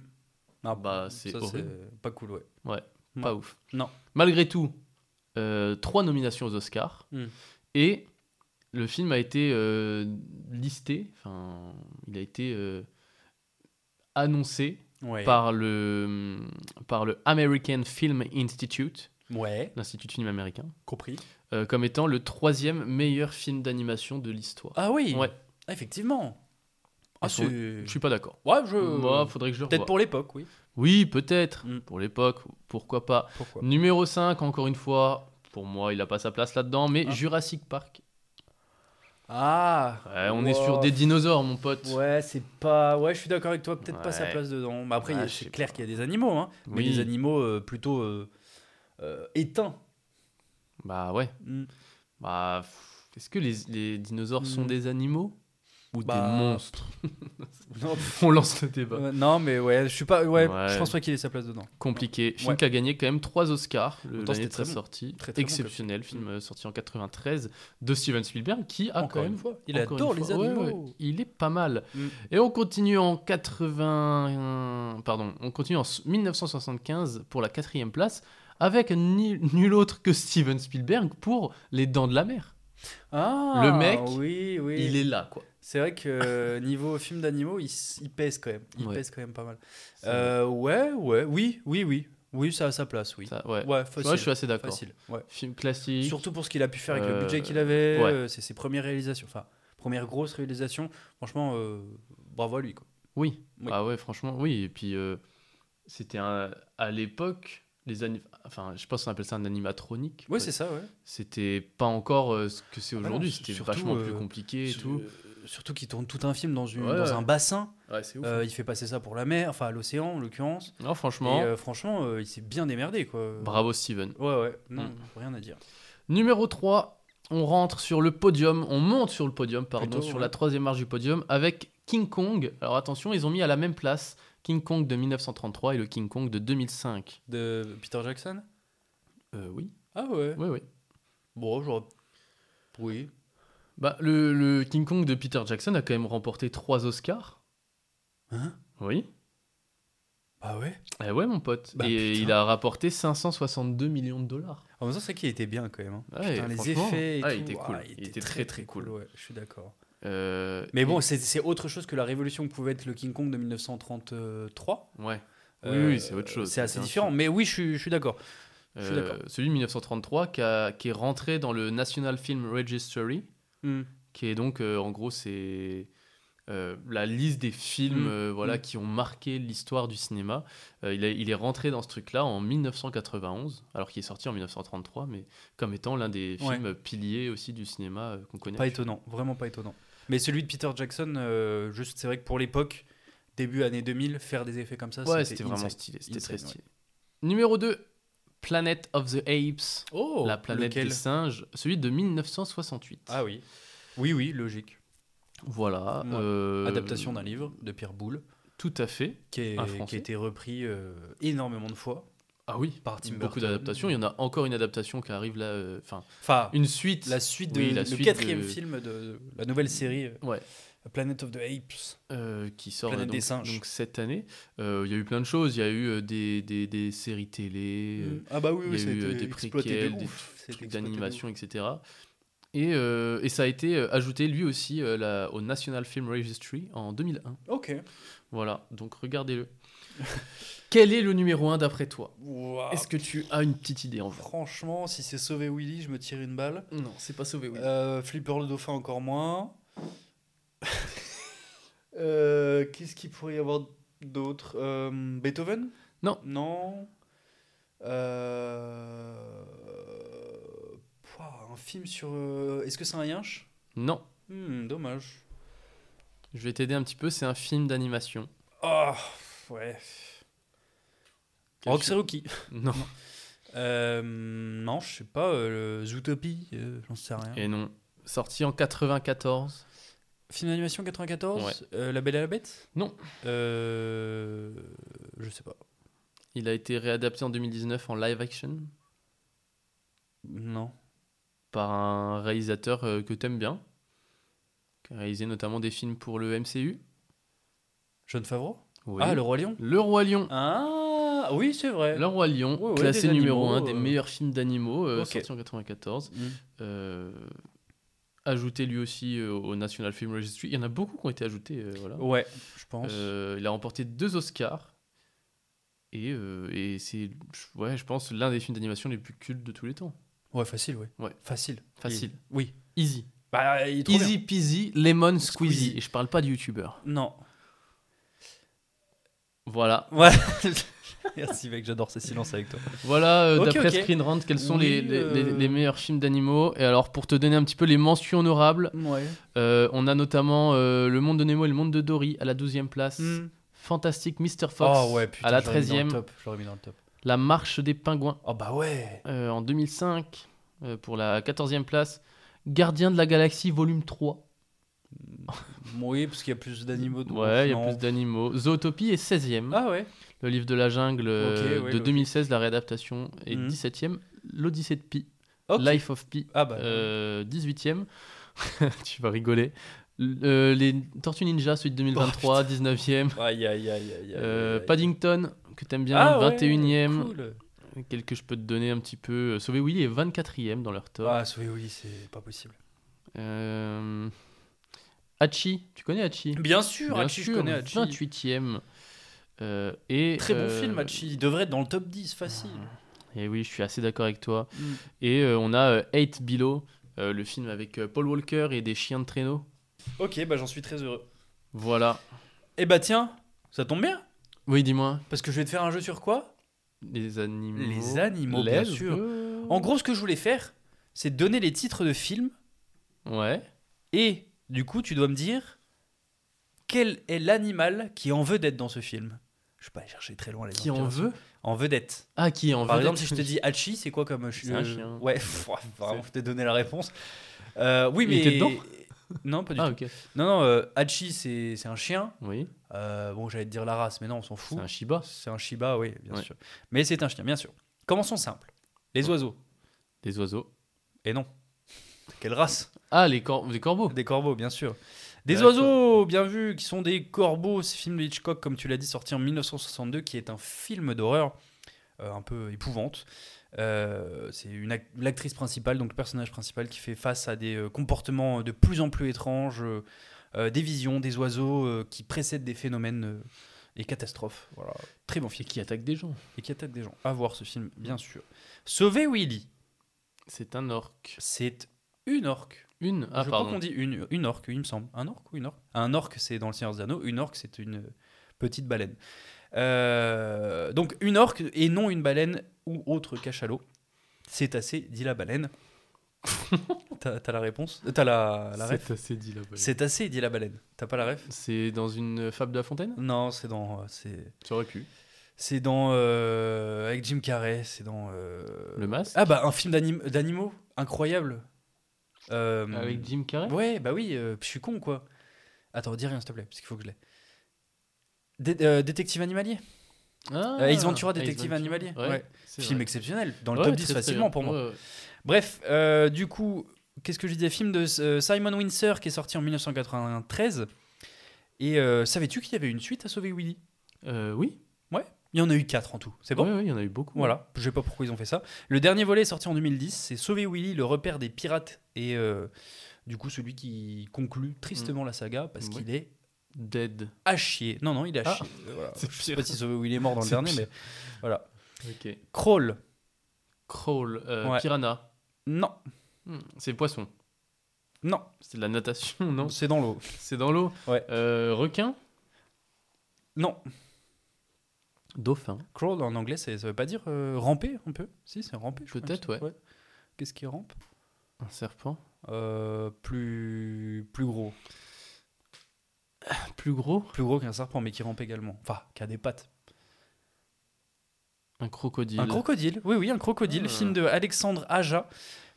S6: Ah,
S5: Bah, c'est
S6: ça,
S5: horrible.
S6: Pas cool, ouais.
S5: Ouais,
S6: Ouais.
S5: pas ouf.
S6: Hmm. Non.
S5: Malgré tout, euh, trois nominations aux Oscars
S6: Mm.
S5: et le film a été euh, listé. Enfin, il a été euh, annoncé
S6: Ouais.
S5: par le par le American Film Institute,
S6: Ouais,
S5: l'institut de film américain,
S6: compris.
S5: euh, comme étant le troisième meilleur film d'animation de l'histoire.
S6: Ah oui
S5: Ouais.
S6: Ah, Effectivement. Ah,
S5: Ils sont-
S6: c'est-
S5: Je suis pas d'accord.
S6: Ouais, je.
S5: Moi, faudrait que je le
S6: Peut-être
S5: revoie.
S6: pour l'époque, oui.
S5: Oui, peut-être.
S6: Mm.
S5: Pour l'époque, pourquoi pas.
S6: Pourquoi
S5: Numéro 5, encore une fois, pour moi, il a pas sa place là-dedans, mais
S6: Ah.
S5: Jurassic Park.
S6: Ah
S5: Ouais, on est sur des dinosaures, mon pote.
S6: Ouais, c'est pas. Ouais, je suis d'accord avec toi, peut-être pas sa
S5: Ouais.
S6: place dedans. Mais après, il y a-
S5: Ouais, je
S6: c'est
S5: sais
S6: clair qu'il y a des animaux, hein. Mais
S5: Oui.
S6: des animaux euh, plutôt euh, euh, éteints.
S5: Bah ouais.
S6: Mm.
S5: Bah, pff, est-ce que les, les dinosaures sont
S6: Mm.
S5: des animaux ou
S6: Bah,
S5: des monstres
S6: Non, pff,
S5: On lance le débat.
S6: euh, non, mais ouais, je suis pas. Ouais,
S5: Ouais.
S6: je pense pas qu'il ait sa place dedans.
S5: Compliqué. Film
S6: Ouais.
S5: qui a gagné quand même trois Oscars.
S6: En
S5: Le
S6: même temps,
S5: l'année
S6: c'était
S5: de
S6: très
S5: sa
S6: bon.
S5: sortie.
S6: Très, très bon,
S5: Exceptionnel.
S6: comme film.
S5: film euh, sorti en 93 de Steven Spielberg qui a
S6: Encore
S5: quand
S6: une
S5: même
S6: fois, il
S5: Encore
S6: adore
S5: une
S6: les
S5: fois, ouais,
S6: animaux.
S5: ouais, il est pas mal.
S6: Mm.
S5: Et on continue en 80, pardon, on continue en 1975 pour la quatrième place avec ni- nul autre que Steven Spielberg pour Les Dents de la Mer.
S6: Ah,
S5: Le mec,
S6: oui, oui.
S5: Il est là, quoi.
S6: C'est vrai que euh, niveau film d'animaux, il, s- il pèse quand même. Il
S5: Ouais.
S6: pèse quand même pas mal.
S5: C'est-
S6: Euh, ouais, ouais, oui, oui, oui. Oui, ça a sa place, oui.
S5: Ça, ouais.
S6: Ouais,
S5: Ouais,
S6: facile.
S5: je suis assez d'accord.
S6: facile, ouais.
S5: Film classique.
S6: Surtout pour ce qu'il a pu faire avec
S5: Euh,
S6: le budget qu'il avait,
S5: ouais.
S6: euh, c'est ses premières réalisations, enfin, première grosse réalisation. Franchement, euh, bravo à lui. Quoi.
S5: Oui.
S6: Oui.
S5: Ah ouais, franchement, oui. Et puis euh, c'était un- à l'époque les ani- enfin, je pense qu'on appelle ça un animatronique.
S6: Oui, c'est ça, ouais.
S5: C'était pas encore euh, ce que c'est
S6: bah non,
S5: aujourd'hui.
S6: sur-
S5: C'était
S6: surtout,
S5: vachement plus
S6: euh,
S5: compliqué et
S6: Sur-
S5: tout.
S6: euh, Surtout qu'il tourne tout un film dans, une,
S5: Ouais,
S6: dans
S5: ouais.
S6: un bassin.
S5: Ouais, c'est ouf.
S6: Euh, il fait passer ça pour la mer, enfin, à l'océan en l'occurrence.
S5: non,
S6: Et
S5: franchement.
S6: euh, franchement, euh, il s'est bien démerdé, quoi.
S5: Bravo Steven.
S6: Ouais, ouais, non,
S5: Mm.
S6: rien à dire.
S5: Numéro 3, on rentre sur le podium, on monte sur le podium, pardon,
S6: Plutôt,
S5: sur
S6: ouais.
S5: la troisième marche du podium avec King Kong. Alors attention, ils ont mis à la même place King Kong de 1933 et le King Kong de 2005.
S6: De Peter Jackson
S5: Euh, oui,
S6: Ah ouais.
S5: oui, oui.
S6: Bon, genre. Oui.
S5: Bah, le, le King Kong de Peter Jackson a quand même remporté 3 Oscars.
S6: Hein
S5: Oui.
S6: Ah ouais
S5: Eh ouais, mon pote.
S6: Bah,
S5: et
S6: putain.
S5: il a rapporté 562 millions de dollars.
S6: En même temps, c'est vrai qu'il était bien quand même. hein.
S5: Ouais,
S6: Putain, les
S5: franchement.
S6: effets et
S5: Ah,
S6: tout.
S5: il était cool.
S6: ah,
S5: Il était très, très cool.
S6: ouais, je suis d'accord.
S5: Euh,
S6: Mais bon,
S5: et-
S6: c'est- c'est autre chose que la révolution que pouvait être le King Kong de 1933.
S5: Ouais. Oui,
S6: Euh,
S5: oui, c'est autre chose. Euh,
S6: C'est assez
S5: un
S6: différent.
S5: film.
S6: Mais oui, je suis, je suis d'accord. Je suis d'accord.
S5: celui de 1933 qui, a- qui est rentré dans le National Film Registry,
S6: Hmm.
S5: qui est donc, euh, en gros, c'est euh, la liste des films
S6: Mm.
S5: euh, voilà,
S6: Mm.
S5: qui ont marqué l'histoire du cinéma. Euh, il, est, il est rentré dans ce truc-là en 1991, alors qu'il est sorti en 1933, mais comme étant l'un des
S6: Ouais.
S5: films piliers aussi du cinéma euh, qu'on connaît.
S6: Pas étonnant, vraiment pas étonnant. Mais celui de Peter Jackson, euh, juste, c'est vrai que pour l'époque, début années 2000, faire des effets comme ça,
S5: Ouais, c'était vraiment
S6: insane.
S5: stylé. C'était
S6: Insane,
S5: très
S6: ouais.
S5: stylé. Numéro 2, Planet of the Apes.
S6: Oh,
S5: la planète
S6: lequel
S5: des singes, celui de 1968.
S6: Ah oui. Oui, oui, logique.
S5: Voilà.
S6: Ouais.
S5: euh,
S6: Adaptation d'un livre de Pierre Boulle,
S5: Tout à fait.
S6: qui, est-
S5: Un
S6: qui
S5: Français.
S6: a été repris euh, énormément de fois.
S5: Ah oui,
S6: Par Tim
S5: beaucoup
S6: Burton.
S5: d'adaptations. Il y en a encore une adaptation qui arrive là. euh, Enfin,
S6: Enfin,
S5: une suite.
S6: la suite de
S5: Oui, la
S6: le
S5: suite
S6: quatrième
S5: de-
S6: film de la nouvelle série euh,
S5: Ouais.
S6: Planet of the Apes.
S5: euh, qui sort
S6: Planète
S5: euh, donc,
S6: des singes.
S5: donc cette année. Euh, Il y a eu plein de choses. Il y a eu euh, des, des, des séries télé, euh,
S6: ah bah oui,
S5: il y a eu euh, des préquels, des trucs d'animation, etc. Et, euh, et ça a été euh, ajouté lui aussi euh, là, au National Film Registry en 2001.
S6: Ok.
S5: Voilà, donc regardez-le. Quel est le numéro 1 d'après toi
S6: Ouah.
S5: Est-ce que tu as une petite idée en vrai
S6: Franchement, si c'est Sauver Willy, je me tire une balle.
S5: Non, c'est pas sauvé, oui.
S6: Euh, Flipper le dauphin encore moins. Euh, Qu'est-ce qu'il pourrait y avoir d'autre Euh, Beethoven
S5: Non.
S6: Non. Euh, pouah, un film sur... euh, Est-ce que c'est un yinche
S5: Non,
S6: Hmm, Dommage.
S5: je vais t'aider un petit peu, c'est un film d'animation.
S6: Ah, ouais.
S5: Quel
S6: Rock
S5: film
S6: Seruki.
S5: Non.
S6: Euh, non, je sais pas. euh, Zootopie, euh, j'en sais rien.
S5: Et non. Sorti en 94.
S6: Film d'animation 94
S5: Ouais.
S6: euh, La Belle et la Bête
S5: Non.
S6: Euh, je sais pas.
S5: Il a été réadapté en 2019 en live action
S6: Non.
S5: par un réalisateur euh, que t'aimes bien, qui a réalisé notamment des films pour le MCU.
S6: John Favreau
S5: Oui.
S6: Ah, Le Roi Lion
S5: Le Roi Lion.
S6: Ah, oui, c'est vrai.
S5: Le Roi Lion,
S6: Ouais, ouais,
S5: classé
S6: des
S5: numéro
S6: animaux,
S5: 1 des
S6: euh.
S5: meilleurs films d'animaux, euh,
S6: Ok.
S5: sorti en 94.
S6: Mm.
S5: Euh, ajouté lui aussi euh, au National Film Registry. Il y en a beaucoup qui ont été ajoutés. euh, voilà.
S6: Ouais, je pense.
S5: Euh, il a remporté deux Oscars. Et, euh, et c'est, je- ouais, je pense, l'un des films d'animation les plus cultes de tous les temps.
S6: Ouais, facile, ouais.
S5: ouais.
S6: Facile.
S5: Facile.
S6: Il- Oui.
S5: Easy.
S6: Bah, il est trop
S5: Easy
S6: bien.
S5: peasy, lemon squeezy.
S6: Squeezy.
S5: Et je parle pas du youtubeur.
S6: Non.
S5: Voilà.
S6: Voilà. Merci, mec, j'adore ces silences avec toi.
S5: Voilà, euh,
S6: Ok,
S5: d'après
S6: ok.
S5: Screen Rant, quels sont les,
S6: Oui,
S5: les-
S6: euh.
S5: les- les meilleurs films d'animaux. Et alors, pour te donner un petit peu les mentions honorables,
S6: Ouais.
S5: euh, on a notamment euh, Le Monde de Nemo et Le Monde de Dory à la 12e place. Fantastique Mr. Fox
S6: Mm. Oh, Hmm. ouais, putain.
S5: à la
S6: je l'aurais mis dans le
S5: 13e.
S6: top, Je l'aurais mis dans le top.
S5: La Marche des Pingouins
S6: Oh, bah ouais.
S5: euh, en 2005 euh, pour la 14e place. Gardien de la Galaxie volume 3.
S6: Oui, parce qu'il y a plus d'animaux. donc
S5: Ouais, il y a
S6: non.
S5: plus d'animaux. Zootopie est 16e.
S6: Ah, ouais.
S5: Le livre de la jungle euh,
S6: ouais,
S5: de
S6: logique.
S5: 2016, la réadaptation, est
S6: Mhm.
S5: 17e. L'Odyssée de Pi,
S6: Ok.
S5: Life of Pi,
S6: Ah, bah.
S5: euh, 18e. tu vas rigoler. L- euh, les Tortues Ninja, celui de 2023, 19e.
S6: Aïe, aïe, aïe, Oh, aïe, aïe.
S5: Euh,
S6: aïe, aïe.
S5: Paddington, que t'aimes bien,
S6: Ah, ouais,
S5: 21e.
S6: cool.
S5: Quel que je peux te donner un petit peu. euh, Sauver Willy est 24e dans leur top.
S6: Ah, oui, oui, c'est pas possible.
S5: Euh, Hachi, tu connais Hachi
S6: Bien sûr,
S5: Bien
S6: Hachi, je
S5: sûr,
S6: connais Hachi.
S5: 28e. Euh, et,
S6: Très bon
S5: euh, Ah.
S6: film, Hachi. Il devrait être dans le top 10, facile.
S5: Et oui, je suis assez d'accord avec toi.
S6: Mm.
S5: Et euh, on a euh, Eight Below, euh, le film avec euh, Paul Walker et des chiens de traîneau.
S6: Ok, bah j'en suis très heureux.
S5: Voilà.
S6: Eh bah tiens, ça tombe bien,
S5: Oui, dis-moi.
S6: parce que je vais te faire un jeu sur quoi
S5: Les animaux.
S6: Les animaux, bien
S5: Les-
S6: sûr. En gros, ce que je voulais faire, c'est donner les titres de films,
S5: Ouais.
S6: et du coup, tu dois me dire quel est l'animal qui en veut d'être dans ce film. Je vais pas aller chercher très loin les
S5: Qui en
S6: inspirations.
S5: veut
S6: En vedette.
S5: Ah, qui en
S6: Par
S5: veut
S6: exemple, si
S5: d'être-
S6: je te dis Hachi, c'est quoi comme ch-
S5: C'est un
S6: euh,
S5: chien.
S6: Ouais, pff, vraiment, je t'ai donné la réponse. Euh, oui,
S5: Il
S6: mais.
S5: était dedans
S6: Non, pas du
S5: Ah,
S6: tout.
S5: ok.
S6: Non, non, euh, Hachi, c'est c'est un chien.
S5: Oui,
S6: Euh, bon, j'allais te dire la race, mais non, on s'en
S5: c'est
S6: fout.
S5: un Shiba.
S6: C'est un Shiba, oui, bien
S5: Ouais.
S6: sûr. Mais c'est un chien, bien sûr. Commençons simple. Les oiseaux.
S5: Des oiseaux.
S6: Et non. Quelle race
S5: Ah, les, cor- des corbeaux.
S6: Des corbeaux, bien sûr. Des
S5: Ouais,
S6: oiseaux, bien vu, qui sont des corbeaux. Ce film de Hitchcock, comme tu l'as dit, sorti en 1962, qui est un film d'horreur euh, un peu épouvante. Euh, c'est une ac- l'actrice principale, donc le personnage principal, qui fait face à des euh, comportements de plus en plus étranges, euh, euh, des visions, des oiseaux euh, qui précèdent des phénomènes euh, et catastrophe. Voilà. Très bon film.
S5: Et qui attaque des gens.
S6: Et qui attaque des gens. À voir ce film, bien sûr. Sauver Willy.
S5: C'est un orque.
S6: C'est une orque.
S5: Une Ah,
S6: je
S5: pardon.
S6: crois qu'on dit une, une orque, il me semble. Un orque ou une orque Un orque, c'est dans le Seigneur des Anneaux. Une orque, c'est une petite baleine. Euh, donc, une orque et non une baleine ou autre cachalot. C'est assez, dit la baleine. T'as t'as la réponse T'as Bah, la, la ref
S5: C'est assez dit là-bas.
S6: C'est assez, dit la baleine. T'as pas la ref
S5: C'est dans une fable de la fontaine
S6: Non, c'est dans. euh, C'est
S5: Tu aurais pu.
S6: c'est dans. euh, avec Jim Carrey, c'est dans. euh,
S5: Le masque
S6: Ah, bah, un film d'anim- d'animaux incroyable. Euh,
S5: Avec Jim Carrey
S6: Ouais, bah oui, euh, je suis con quoi. Attends, dis rien s'il te plaît, parce qu'il faut que je l'ai. Dé- euh, Détective animalier.
S5: Ah,
S6: Euh, Ace Ventura,
S5: Ace
S6: détective animalier.
S5: Ouais.
S6: Ouais.
S5: c'est
S6: Film
S5: vrai.
S6: exceptionnel, dans le
S5: Ouais,
S6: top
S5: très,
S6: 10
S5: très
S6: facilement
S5: bien.
S6: pour moi.
S5: Ouais, ouais.
S6: Bref, euh, du coup, qu'est-ce que je disais Film de euh, Simon Windsor qui est sorti en 1993. Et euh, savais-tu qu'il y avait une suite à Sauver Willy
S5: Euh, oui,
S6: Il y en a eu 4 en tout, c'est bon
S5: Ouais, ouais, il y en a eu beaucoup.
S6: Voilà, je sais pas pourquoi ils ont fait ça. Le dernier volet est sorti en 2010, c'est Sauver Willy, le repère des pirates. Et euh, du coup, celui qui conclut tristement la saga parce
S5: Mm. Ouais.
S6: qu'il est
S5: Dead.
S6: à chier. Non, non, il est à
S5: Ah,
S6: chier. Euh, voilà.
S5: c'est
S6: Je sais pas
S5: pire.
S6: si Sauvé Willy est mort dans le dernier,
S5: C'est
S6: mais voilà.
S5: Ok.
S6: Crawl.
S5: Crawl, euh,
S6: Ouais.
S5: Piranha.
S6: Non,
S5: Hmm, C'est poisson.
S6: non,
S5: C'est de la natation, non
S6: c'est dans l'eau.
S5: C'est dans l'eau.
S6: Ouais.
S5: Euh, requin
S6: Non,
S5: Dauphin.
S6: crawl en anglais, c'est- ça veut pas dire euh, ramper un peu Si, c'est ramper, je crois,
S5: Peut-être,
S6: il me semble.
S5: ouais.
S6: Qu'est-ce qui rampe
S5: Un serpent.
S6: Euh, Plus plus gros,
S5: Plus gros
S6: plus gros qu'un serpent, mais qui rampe également. Enfin, qui a des pattes.
S5: Un crocodile.
S6: Un crocodile. Oui, oui, un crocodile.
S5: Ah.
S6: Film de Alexandre Aja,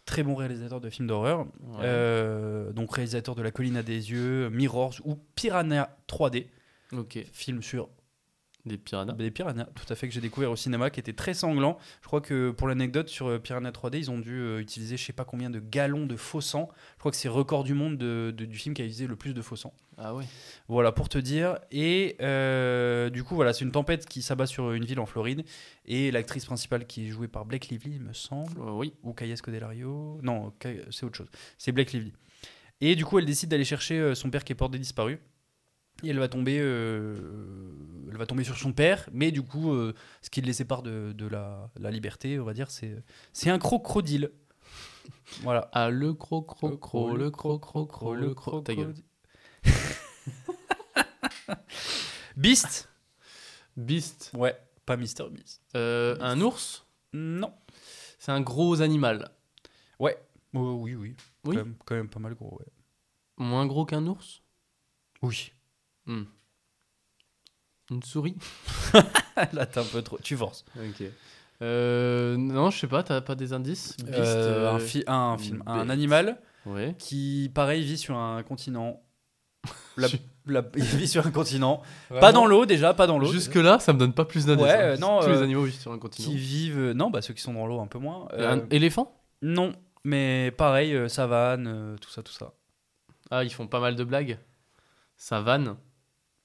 S6: très bon réalisateur de films d'horreur.
S5: Ouais.
S6: Euh, donc réalisateur de La Colline à des yeux, Mirrors ou Piranha 3D,
S5: Ok.
S6: film sur
S5: Des piranhas.
S6: Des Bah, Piranhas, tout à fait, que j'ai découvert au cinéma, qui était très sanglant. Je crois que pour l'anecdote, sur euh, Piranha 3D, ils ont dû euh, utiliser je sais pas combien de gallons de faux sang. Je crois que c'est record du monde de- de- du film qui a utilisé le plus de faux sang.
S5: Ah ouais.
S6: Voilà, pour te dire. Et euh, du coup, voilà, c'est une tempête qui s'abat sur une ville en Floride. Et l'actrice principale qui est jouée par Blake Lively, il me semble,
S5: Euh, oui.
S6: ou Kaya Scodelario. Non, Kay- c'est autre chose. C'est Blake Lively. Et du coup, elle décide d'aller chercher euh, son père qui est porté disparu. Et elle va tomber, euh, elle va tomber sur son père, mais du coup, euh, ce qui les sépare de, de la, la liberté, on va dire, c'est c'est un crocodile. Voilà.
S5: Ah, le cro cro cro, le cro cro cro, le cro. Ta gueule.
S6: Beast
S5: Beast.
S6: Ouais, pas Mister Beast.
S5: Euh, un ours
S6: Non.
S5: C'est un gros animal.
S6: Ouais. Oh, oui, oui.
S5: Oui.
S6: Quand, même, quand même pas mal gros, ouais.
S5: Moins gros qu'un ours
S6: Oui.
S5: Hmm. Une souris
S6: Là, t'es un peu trop. Tu forces.
S5: Ok. Euh, non, je sais pas, t'as pas des indices Beast,
S6: Euh, un,
S5: euh,
S6: fi- un film.
S5: une
S6: Un
S5: bête.
S6: animal
S5: Ouais.
S6: qui, pareil, vit sur un continent. La-
S5: Su-
S6: la- il vit sur un continent. Pas dans l'eau, déjà, pas dans l'eau.
S5: Jusque-là, ça me donne pas plus d'indices.
S6: Ouais,
S5: hein.
S6: euh, non,
S5: Tous
S6: euh,
S5: les animaux vivent sur un continent.
S6: Qui vivent. Non, bah ceux qui sont dans l'eau, un peu moins.
S5: Et
S6: Euh,
S5: Un éléphant
S6: Non, mais pareil, euh, savane, euh, tout ça, tout ça.
S5: Ah, ils font pas mal de blagues. Savane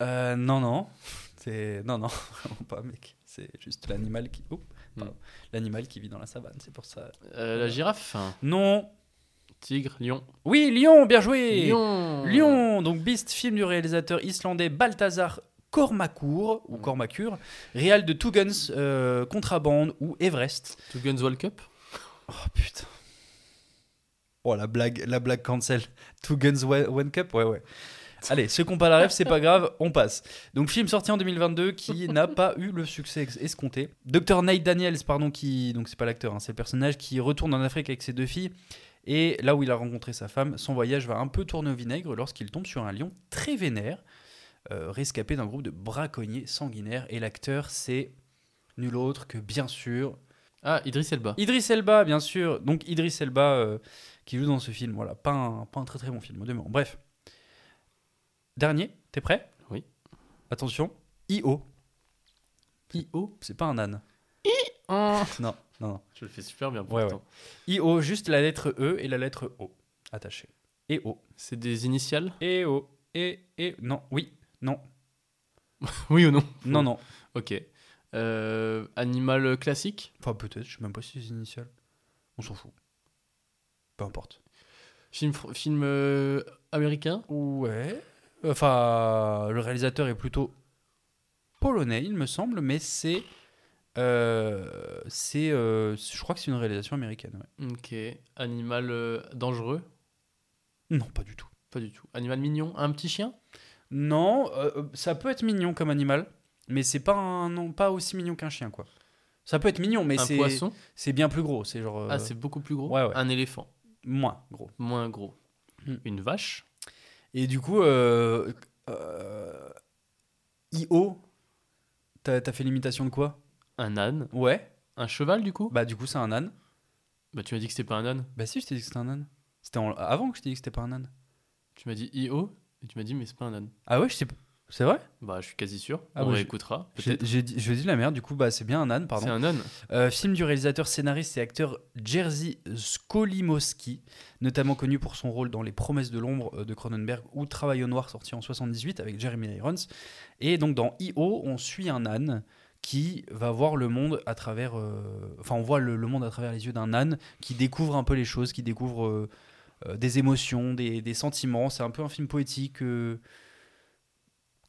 S6: Euh, non, non. C'est non, non, vraiment pas, mec. C'est juste l'animal qui, Oups, pardon.
S5: Hmm.
S6: l'animal qui vit dans la savane. C'est pour ça.
S5: Euh, La girafe
S6: Non.
S5: Tigre Lion
S6: Oui, lion, bien joué.
S5: Lion
S6: Lion, donc Beast, film du réalisateur islandais Balthazar Kormakur ou Kormakur, réal de Two Guns, euh, Contrabande ou Everest.
S5: Two Guns World Cup
S6: Oh putain. Oh la blague, la blague cancel. Two Guns One One Cup, ouais ouais. Allez, ceux qui n'ont pas la rêve, c'est pas grave, on passe. Donc film sorti en 2022 qui n'a pas eu le succès ex- escompté. Dr Nate Daniels, pardon, qui donc c'est pas l'acteur, hein, c'est le personnage qui retourne en Afrique avec ses deux filles et là où il a rencontré sa femme, son voyage va un peu tourner au vinaigre lorsqu'il tombe sur un lion très vénère, euh, rescapé d'un groupe de braconniers sanguinaires. Et l'acteur, c'est nul autre que bien sûr
S5: Ah, Idris Elba.
S6: Idris Elba, bien sûr. Donc Idris Elba euh, qui joue dans ce film. Voilà, pas un, pas un très très bon film au demeurant. Bref. Dernier, t'es prêt
S5: Oui.
S6: Attention, I.O.
S5: I.O.
S6: C'est pas un âne.
S5: Ah.
S6: Non, non, non.
S5: Je le fais super bien
S6: Ouais,
S5: pourtant.
S6: I.O. Juste la lettre E et la lettre O attachée. Et O.
S5: C'est des initiales
S6: Et O. Et et non, oui, non,
S5: Oui ou non
S6: non, non.
S5: Ok. Euh, animal classique
S6: Enfin peut-être, je sais même pas si c'est initial. On s'en fout. Peu importe.
S5: Film, fr- film euh, américain
S6: Ouais. Enfin, le réalisateur est plutôt polonais, il me semble, mais c'est. euh, c'est euh, je crois que c'est une réalisation américaine. ouais.
S5: Ok. Animal euh, dangereux
S6: Non, pas du tout.
S5: Pas du tout. Animal mignon Un petit chien
S6: Non, euh, euh, ça peut être mignon comme animal, mais c'est pas un non, pas aussi mignon qu'un chien quoi. Ça peut être mignon, mais
S5: Un
S6: c'est
S5: poisson
S6: c'est bien plus gros, c'est genre euh,
S5: Ah, c'est beaucoup plus gros
S6: ouais, ouais.
S5: Un éléphant
S6: moins gros.
S5: Moins gros.
S6: Hmm.
S5: Une vache
S6: Et du coup, euh, euh, IO, t'as t'as fait l'imitation de quoi
S5: Un âne
S6: Ouais.
S5: Un cheval, du coup bah.
S6: Bah du coup c'est un âne.
S5: tu m'as dit que c'était pas un âne.
S6: Bah si, je t'ai dit que c'était un âne. C'était en- avant que je t'ai dit que c'était pas un âne.
S5: Tu m'as dit I.O. Et tu m'as dit, mais c'est pas un âne.
S6: Ah ouais, je sais pas. C'est vrai
S5: Bah, je suis quasi sûr.
S6: Ah
S5: On
S6: ouais,
S5: réécoutera.
S6: J'ai
S5: Peut-être.
S6: j'ai dit, je dis de la merde, du coup bah c'est bien un âne,
S5: C'est
S6: pardon.
S5: un âne.
S6: Euh, film du réalisateur, scénariste et acteur Jerzy Skolimowski, notamment connu pour son rôle dans Les Promesses de l'ombre euh, de Cronenberg ou Travail au noir sorti en 78 avec Jeremy Irons. Et donc dans I.O., on suit un âne qui va voir le monde à travers... euh, Enfin, on voit le, le monde à travers les yeux d'un âne qui découvre un peu les choses, qui découvre euh, euh, des émotions, des, des sentiments. C'est un peu un film poétique, euh,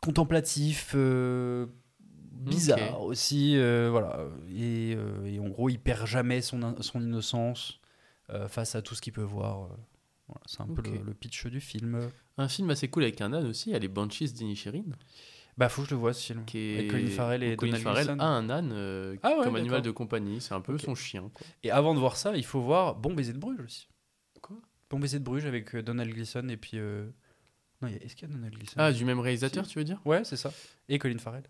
S6: contemplatif... euh, bizarre aussi, euh, voilà. Et, euh, et en gros, il perd jamais son, in- son innocence euh, face à tout ce qu'il peut voir. euh. Voilà, c'est un peu le,
S5: Ok.
S6: le pitch du film.
S5: Un film assez cool avec un âne aussi. Il y a les Banshees d'Inisherin.
S6: Bah, faut que je le vois ce film.
S5: Qui est...
S6: Avec Colin Farrell et
S5: où Colin
S6: Donald
S5: Farrell
S6: Wilson.
S5: a un âne euh,
S6: Ah ouais,
S5: comme animal
S6: d'accord.
S5: de compagnie. C'est un peu
S6: Ok.
S5: son chien. quoi.
S6: Et avant de voir ça, il faut voir Bon baiser de Bruges aussi.
S5: Quoi
S6: Bon baiser de Bruges avec euh, Donald Gleeson et puis. euh, Non, il y a- est-ce qu'il y a Donald Gleeson
S5: Ah, du même réalisateur, tu veux dire
S6: Ouais, c'est ça. Et Colin Farrell.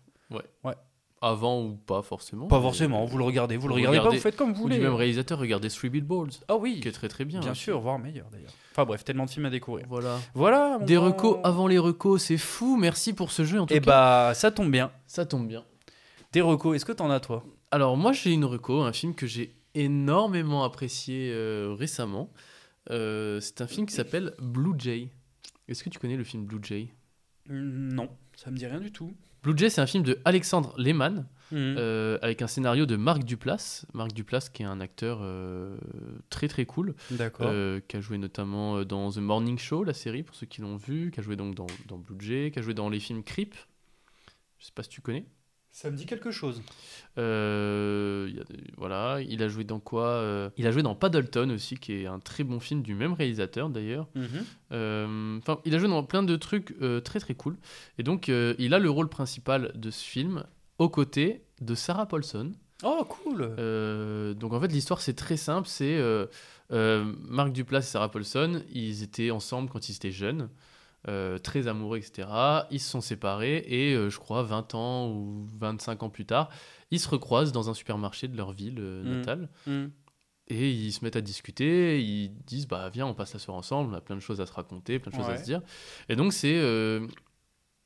S5: Avant ou pas forcément.
S6: Pas
S5: mais-
S6: forcément, vous le regardez, vous,
S5: Oh. vous
S6: le regardez,
S5: regardez-
S6: pas, vous faites comme vous
S5: Ou
S6: voulez.
S5: du même réalisateur, regardez Three Billboards,
S6: Ah oui,
S5: qui est très très bien.
S6: bien
S5: hein.
S6: sûr, voire meilleur d'ailleurs. Enfin bref, tellement de films à découvrir.
S5: Voilà.
S6: Voilà. mon
S5: Des
S6: grand.
S5: recos avant les recos, c'est fou. Merci pour ce jeu en tout
S6: Et
S5: cas.
S6: bah, ça tombe bien.
S5: ça tombe bien.
S6: Des recos, est-ce que t'en as toi
S5: Alors moi j'ai une reco, un film que j'ai énormément apprécié euh, récemment. Euh, c'est un film qui s'appelle Blue Jay. Est-ce que tu connais le film Blue Jay
S6: Non, ça me dit rien du tout.
S5: Blue Jay, c'est un film de Alexandre Lehmann,
S6: Mmh. Mm.
S5: euh, avec un scénario de Marc Duplass. Marc Duplass, qui est un acteur euh, très très cool,
S6: D'accord.
S5: euh, qui a joué notamment euh, dans The Morning Show, la série, pour ceux qui l'ont vu, qui a joué donc dans, dans Blue Jay, qui a joué dans les films Creep. Je sais pas si tu connais.
S6: ça me dit quelque chose.
S5: Euh, il y a des- voilà, il a joué dans quoi euh, Il a joué dans Paddleton aussi, qui est un très bon film du même réalisateur d'ailleurs.
S6: Mmh.
S5: Euh, Enfin, il a joué dans plein de trucs euh, très très cool. Et donc, euh, il a le rôle principal de ce film aux côtés de Sarah Paulson.
S6: Oh, cool
S5: Euh, donc en fait, l'histoire c'est très simple. C'est euh, euh, Marc Duplass et Sarah Paulson. Ils étaient ensemble quand ils étaient jeunes, euh, très amoureux, etc. Ils se sont séparés et euh, je crois 20 ans ou 25 ans plus tard, ils se recroisent dans un supermarché de leur ville euh,
S6: Mhm.
S5: natale. Et ils se mettent à discuter, ils disent bah viens on passe la soirée ensemble, on a plein de choses à se raconter, plein de choses à
S6: Ouais.
S5: se dire. Et donc c'est euh,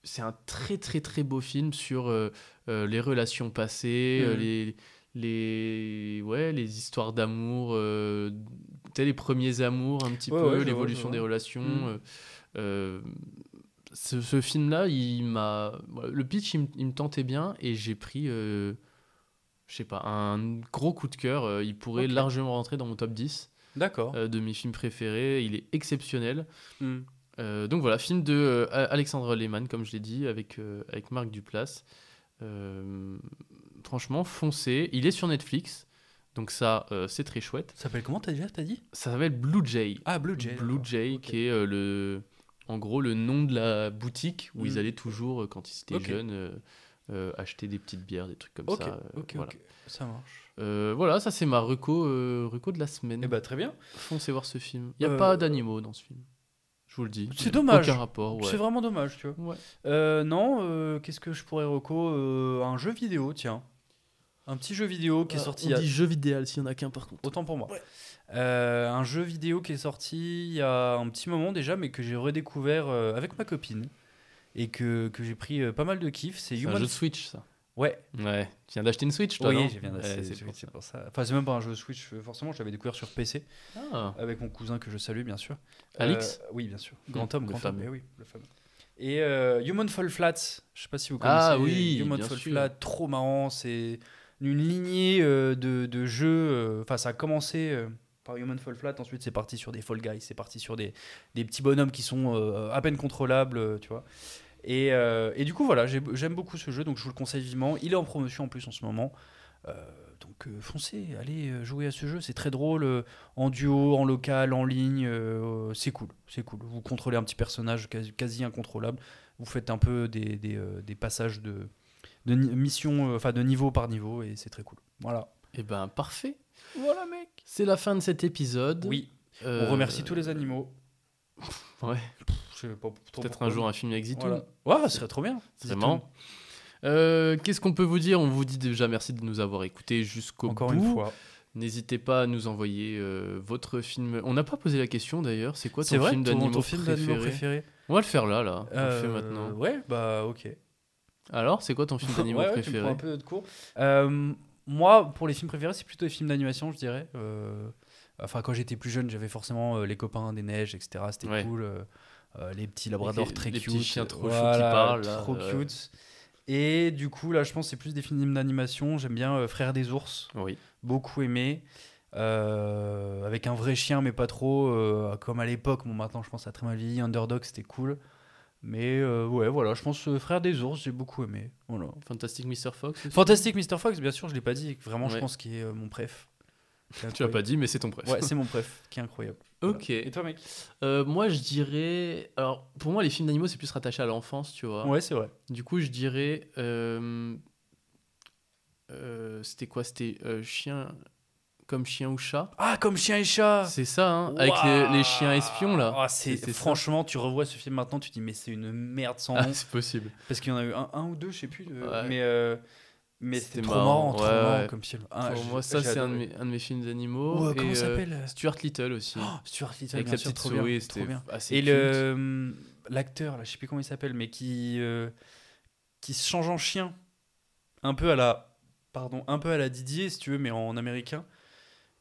S5: c'est un très très très beau film sur euh, euh, les relations passées, euh,
S6: Mhm.
S5: les les ouais les histoires d'amour, euh, tu sais, les premiers amours un petit
S6: Ouais, ouais, je
S5: peu,
S6: vois, je
S5: l'évolution
S6: vois.
S5: des relations.
S6: Mhm.
S5: euh, euh, ce, ce film-là, il m'a. voilà, Le pitch, il me, il me tentait bien et j'ai pris, euh, je sais pas, un gros coup de cœur. Euh, Il pourrait
S6: Ok.
S5: largement rentrer dans mon top 10
S6: D'accord.
S5: euh, de mes films préférés. Il est exceptionnel.
S6: Mm.
S5: Euh, donc voilà, film de euh, A- Alexandre Lehmann, comme je l'ai dit, avec, euh, avec Marc Duplass. Euh, franchement, foncez. Il est sur Netflix, donc ça, euh, c'est très chouette.
S6: Ça s'appelle comment t'as déjà, t'as dit
S5: Ça s'appelle Blue Jay.
S6: Ah, Blue Jay.
S5: Blue
S6: d'accord.
S5: Jay,
S6: Ok.
S5: qui est euh, le, en gros le nom de la boutique où ils
S6: Mm.
S5: allaient toujours, euh, quand ils étaient
S6: Ok.
S5: jeunes, euh, euh, acheter des petites bières, des trucs comme
S6: Ok,
S5: ça. euh,
S6: ok,
S5: voilà.
S6: ok. Ça marche.
S5: Euh, voilà, ça c'est ma reco, euh, reco de la semaine.
S6: Eh bah, très bien.
S5: Foncez voir ce film. Il n'y a
S6: Euh,
S5: pas d'animaux dans ce film. Je vous le dis.
S6: C'est dommage.
S5: Aucun rapport. ouais.
S6: C'est vraiment dommage, tu vois.
S5: Ouais.
S6: Euh, non, euh, qu'est-ce que je pourrais reco Euh, Un jeu vidéo, tiens. Un petit jeu vidéo qui est
S5: Ah,
S6: sorti
S5: on
S6: il y a-
S5: dit jeu vidéo s'il n'y en a qu'un par contre.
S6: Autant pour moi. Euh, un jeu vidéo qui est sorti il y a un petit moment déjà, mais que j'ai redécouvert euh, avec ma copine et que, que j'ai pris euh, pas mal de kiff. C'est
S5: C'est un
S6: Human.
S5: jeu de Switch ça.
S6: Ouais.
S5: Ouais. Tu viens d'acheter une Switch toi non
S6: oui, j'ai bien
S5: Ouais,
S6: d'acheter.
S5: c'est
S6: c'est
S5: pour
S6: c'est pour ça. Enfin, c'est même pas un jeu Switch. euh, Forcément, je l'avais découvert sur PC
S5: ça. Ah.
S6: avec mon cousin que je salue bien sûr.
S5: Alix
S6: Euh, Oui, bien sûr.
S5: Mmh,
S6: Grand homme,
S5: le
S6: grand homme.
S5: fameux.
S6: eh oui, le fameux. Et euh, Human Fall Flat, je sais pas si vous connaissez.
S5: Ah oui,
S6: Human
S5: bien
S6: Fall
S5: sûr.
S6: Flat, trop marrant. C'est une lignée euh, de, de jeux. euh, Enfin, ça a commencé euh, par Human Fall Flat, ensuite c'est parti sur des Fall Guys, c'est parti sur des, des petits bonhommes qui sont euh, à peine contrôlables, euh, tu vois. Et, euh, et du coup, voilà, j'ai- j'aime beaucoup ce jeu, donc je vous le conseille vivement. Il est en promotion en plus en ce moment. Euh, donc euh, foncez, allez euh, jouer à ce jeu, c'est très drôle, euh, en duo, en local, en ligne, euh, c'est cool, c'est cool. Vous contrôlez un petit personnage quasi, quasi incontrôlable, vous faites un peu des, des, euh, des passages de, de ni- mission, euh, enfin de niveau par niveau, et c'est très cool. Voilà.
S5: Et ben parfait.
S6: Voilà mec.
S5: C'est la fin de cet épisode.
S6: Oui.
S5: Euh,
S6: On remercie tous les animaux.
S5: Ouais.
S6: Je sais pas trop
S5: Peut-être
S6: pourquoi.
S5: un jour un film avec Zitoun.
S6: Voilà. Ouais, ça serait trop bien.
S5: C'est marrant. Euh, Qu'est-ce qu'on peut vous dire On vous dit déjà merci de nous avoir écoutés jusqu'au bout.
S6: Encore une fois.
S5: N'hésitez pas à nous envoyer euh, votre film. On n'a pas posé la question d'ailleurs. C'est quoi
S6: C'est
S5: ton
S6: vrai,
S5: film
S6: ton,
S5: d'animaux
S6: ton film
S5: préféré,
S6: d'animaux préféré
S5: On va le faire là, là. On le
S6: Euh,
S5: fait maintenant.
S6: Ouais, bah ok.
S5: Alors, c'est quoi ton film d'animaux
S6: Ouais, ouais, tu me prends
S5: préféré
S6: un peu de cours. Euh, moi, pour les films préférés, c'est plutôt les films d'animation, je dirais. Euh, enfin, quand j'étais plus jeune, j'avais forcément euh, les copains des neiges, etc. C'était
S5: Ouais.
S6: cool. euh, euh, les petits labradors
S5: Les-
S6: très
S5: les
S6: cute. euh,
S5: petits chiens trop choux qui
S6: Voilà,
S5: parlent, là,
S6: Trop
S5: euh.
S6: cute. Et du coup, là, je pense que c'est plus des films d'animation. J'aime bien euh, Frères des ours,
S5: Oui.
S6: beaucoup aimé. Euh, avec un vrai chien, mais pas trop, euh, comme à l'époque. Bon, maintenant, je pense que ça a très mal vieilli. Underdog, c'était cool. Mais euh, ouais, voilà, je pense euh, Frères des ours, j'ai beaucoup aimé. Voilà.
S5: Fantastic Mr. Fox. aussi
S6: Fantastique Mr. Fox, bien sûr, je l'ai pas dit. Vraiment, je
S5: Ouais.
S6: pense qu'il est euh, mon préf. C'est
S5: Tu l'as pas
S6: incroyable.
S5: dit, mais c'est ton préf.
S6: Ouais, c'est mon préf, qui est incroyable.
S5: ok.
S6: toi, mec
S5: Euh, moi, je dirais. Alors, pour moi, les films d'animaux, c'est plus rattaché à l'enfance, tu vois.
S6: Ouais, c'est vrai.
S5: Du coup, je dirais. euh, euh, C'était quoi C'était euh, chien. Comme chien ou chat
S6: Ah, comme chien et chat
S5: C'est ça, hein Avec les, les chiens espions, là.
S6: Ah, c'est
S5: C'était ça.
S6: franchement, tu revois ce film maintenant, tu te dis mais c'est une merde sans
S5: Ah,
S6: nom
S5: c'est possible.
S6: parce qu'il y en a eu un, un ou deux, je sais plus, de-
S5: Ouais.
S6: mais euh, mais c'était
S5: C'était
S6: trop
S5: marrant,
S6: marrant, trop
S5: ouais,
S6: marrant
S5: ouais.
S6: comme film. Ah,
S5: pour
S6: j'ai-
S5: moi, ça,
S6: j'ai
S5: c'est un, de
S6: adoré.
S5: mes- un de mes films d'animaux.
S6: Ouais, comment
S5: Et,
S6: ça
S5: euh,
S6: s'appelle
S5: Stuart Little aussi.
S6: Oh, Stuart Little,
S5: avec
S6: bien
S5: la
S6: sûr,
S5: petite
S6: trop bien,
S5: souris,
S6: trop
S5: c'était
S6: bien.
S5: assez
S6: Et
S5: cute.
S6: le euh, l'acteur, là, je sais plus comment il s'appelle, mais qui euh, qui se change en chien, un peu à la pardon, un peu à la Didier si tu veux, mais en américain.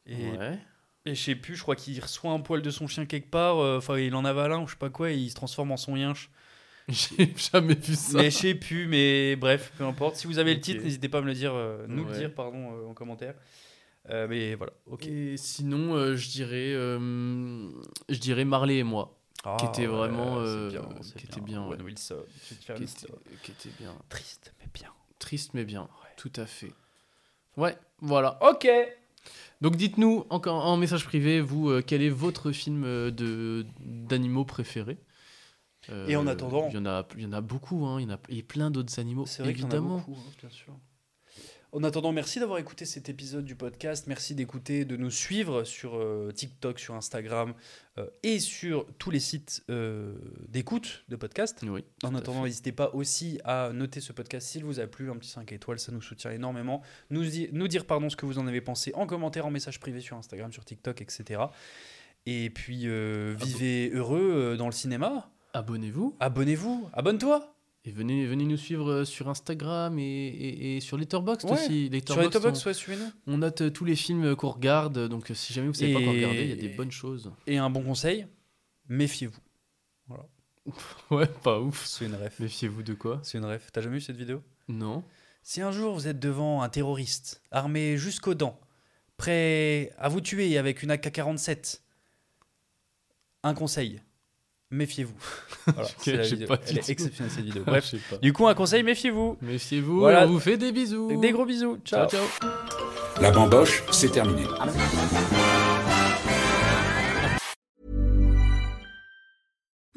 S6: Et,
S5: Ouais.
S6: et je sais plus, je crois qu'il reçoit un poil de son chien quelque part, euh, enfin il en avale un ou je sais pas quoi, et il se transforme en son yinche.
S5: J'ai jamais vu ça.
S6: Mais je sais plus, mais bref, peu importe. Si vous avez le
S5: Ok.
S6: titre, n'hésitez pas à me le dire, euh, nous
S5: Ouais.
S6: le dire, pardon, euh, en commentaire. Euh, mais voilà, ok.
S5: Et sinon, euh, je dirais, euh, je dirais Marley et moi,
S6: Ah,
S5: était vraiment,
S6: c'est
S5: euh,
S6: bien, c'est
S5: qui était bien,
S6: Owen
S5: ouais.
S6: Wilson, je vais te faire
S5: qui
S6: une
S5: était,
S6: histoire.
S5: qui était bien,
S6: Triste, mais bien.
S5: triste mais bien, tout à fait.
S6: Ouais.
S5: Ouais, voilà.
S6: Ok.
S5: Donc dites-nous encore en message privé, vous, euh, quel est votre film euh, de d'animaux préféré Euh,
S6: Et en attendant-
S5: il y en a, il y en a beaucoup, hein, il y en a, et plein d'autres animaux, Oh, évidemment.
S6: hein, bien sûr. En attendant, merci d'avoir écouté cet épisode du podcast. Merci d'écouter, de nous suivre sur euh, TikTok, sur Instagram euh, et sur tous les sites euh, d'écoute de podcast.
S5: Oui, tout
S6: En
S5: à
S6: attendant,
S5: fait.
S6: n'hésitez pas aussi à noter ce podcast s'il vous a plu, un petit 5 étoiles, ça nous soutient énormément. Nous, di- nous dire pardon ce que vous en avez pensé en commentaire, en message privé sur Instagram, sur TikTok, etc. Et puis, euh, vivez heureux euh, dans le cinéma.
S5: abonnez-vous
S6: Abonnez-vous, abonne-toi.
S5: et venez, venez nous suivre euh, sur Instagram et, et, et sur Letterboxd
S6: Ouais,
S5: aussi.
S6: Sur les
S5: Letterboxd,
S6: top
S5: on-
S6: soit suivez-nous.
S5: On note euh, tous les films euh, qu'on regarde, euh, donc euh, si jamais vous savez pas quoi
S6: Et-
S5: regarder, il y a des bonnes choses.
S6: Et un bon conseil, méfiez-vous.
S5: Ouais, pas ouf.
S6: C'est une ref.
S5: Méfiez-vous de quoi
S6: C'est une ref. T'as jamais vu cette vidéo
S5: Non.
S6: Si un jour vous êtes devant un terroriste, armé jusqu'aux dents, prêt à vous tuer avec une AK-47, un conseil, méfiez-vous. Voilà,
S5: Ok,
S6: c'est la
S5: j'ai
S6: vidéo.
S5: pas du
S6: Elle est
S5: tout.
S6: exceptionnelle cette vidéo. Bref,
S5: Je sais pas.
S6: du coup, un conseil, méfiez-vous.
S5: Méfiez-vous,
S6: Voilà.
S5: et on vous fait des bisous.
S6: Des gros bisous.
S5: Ciao,
S6: Ciao.
S5: ciao.
S3: La bamboche, c'est terminé.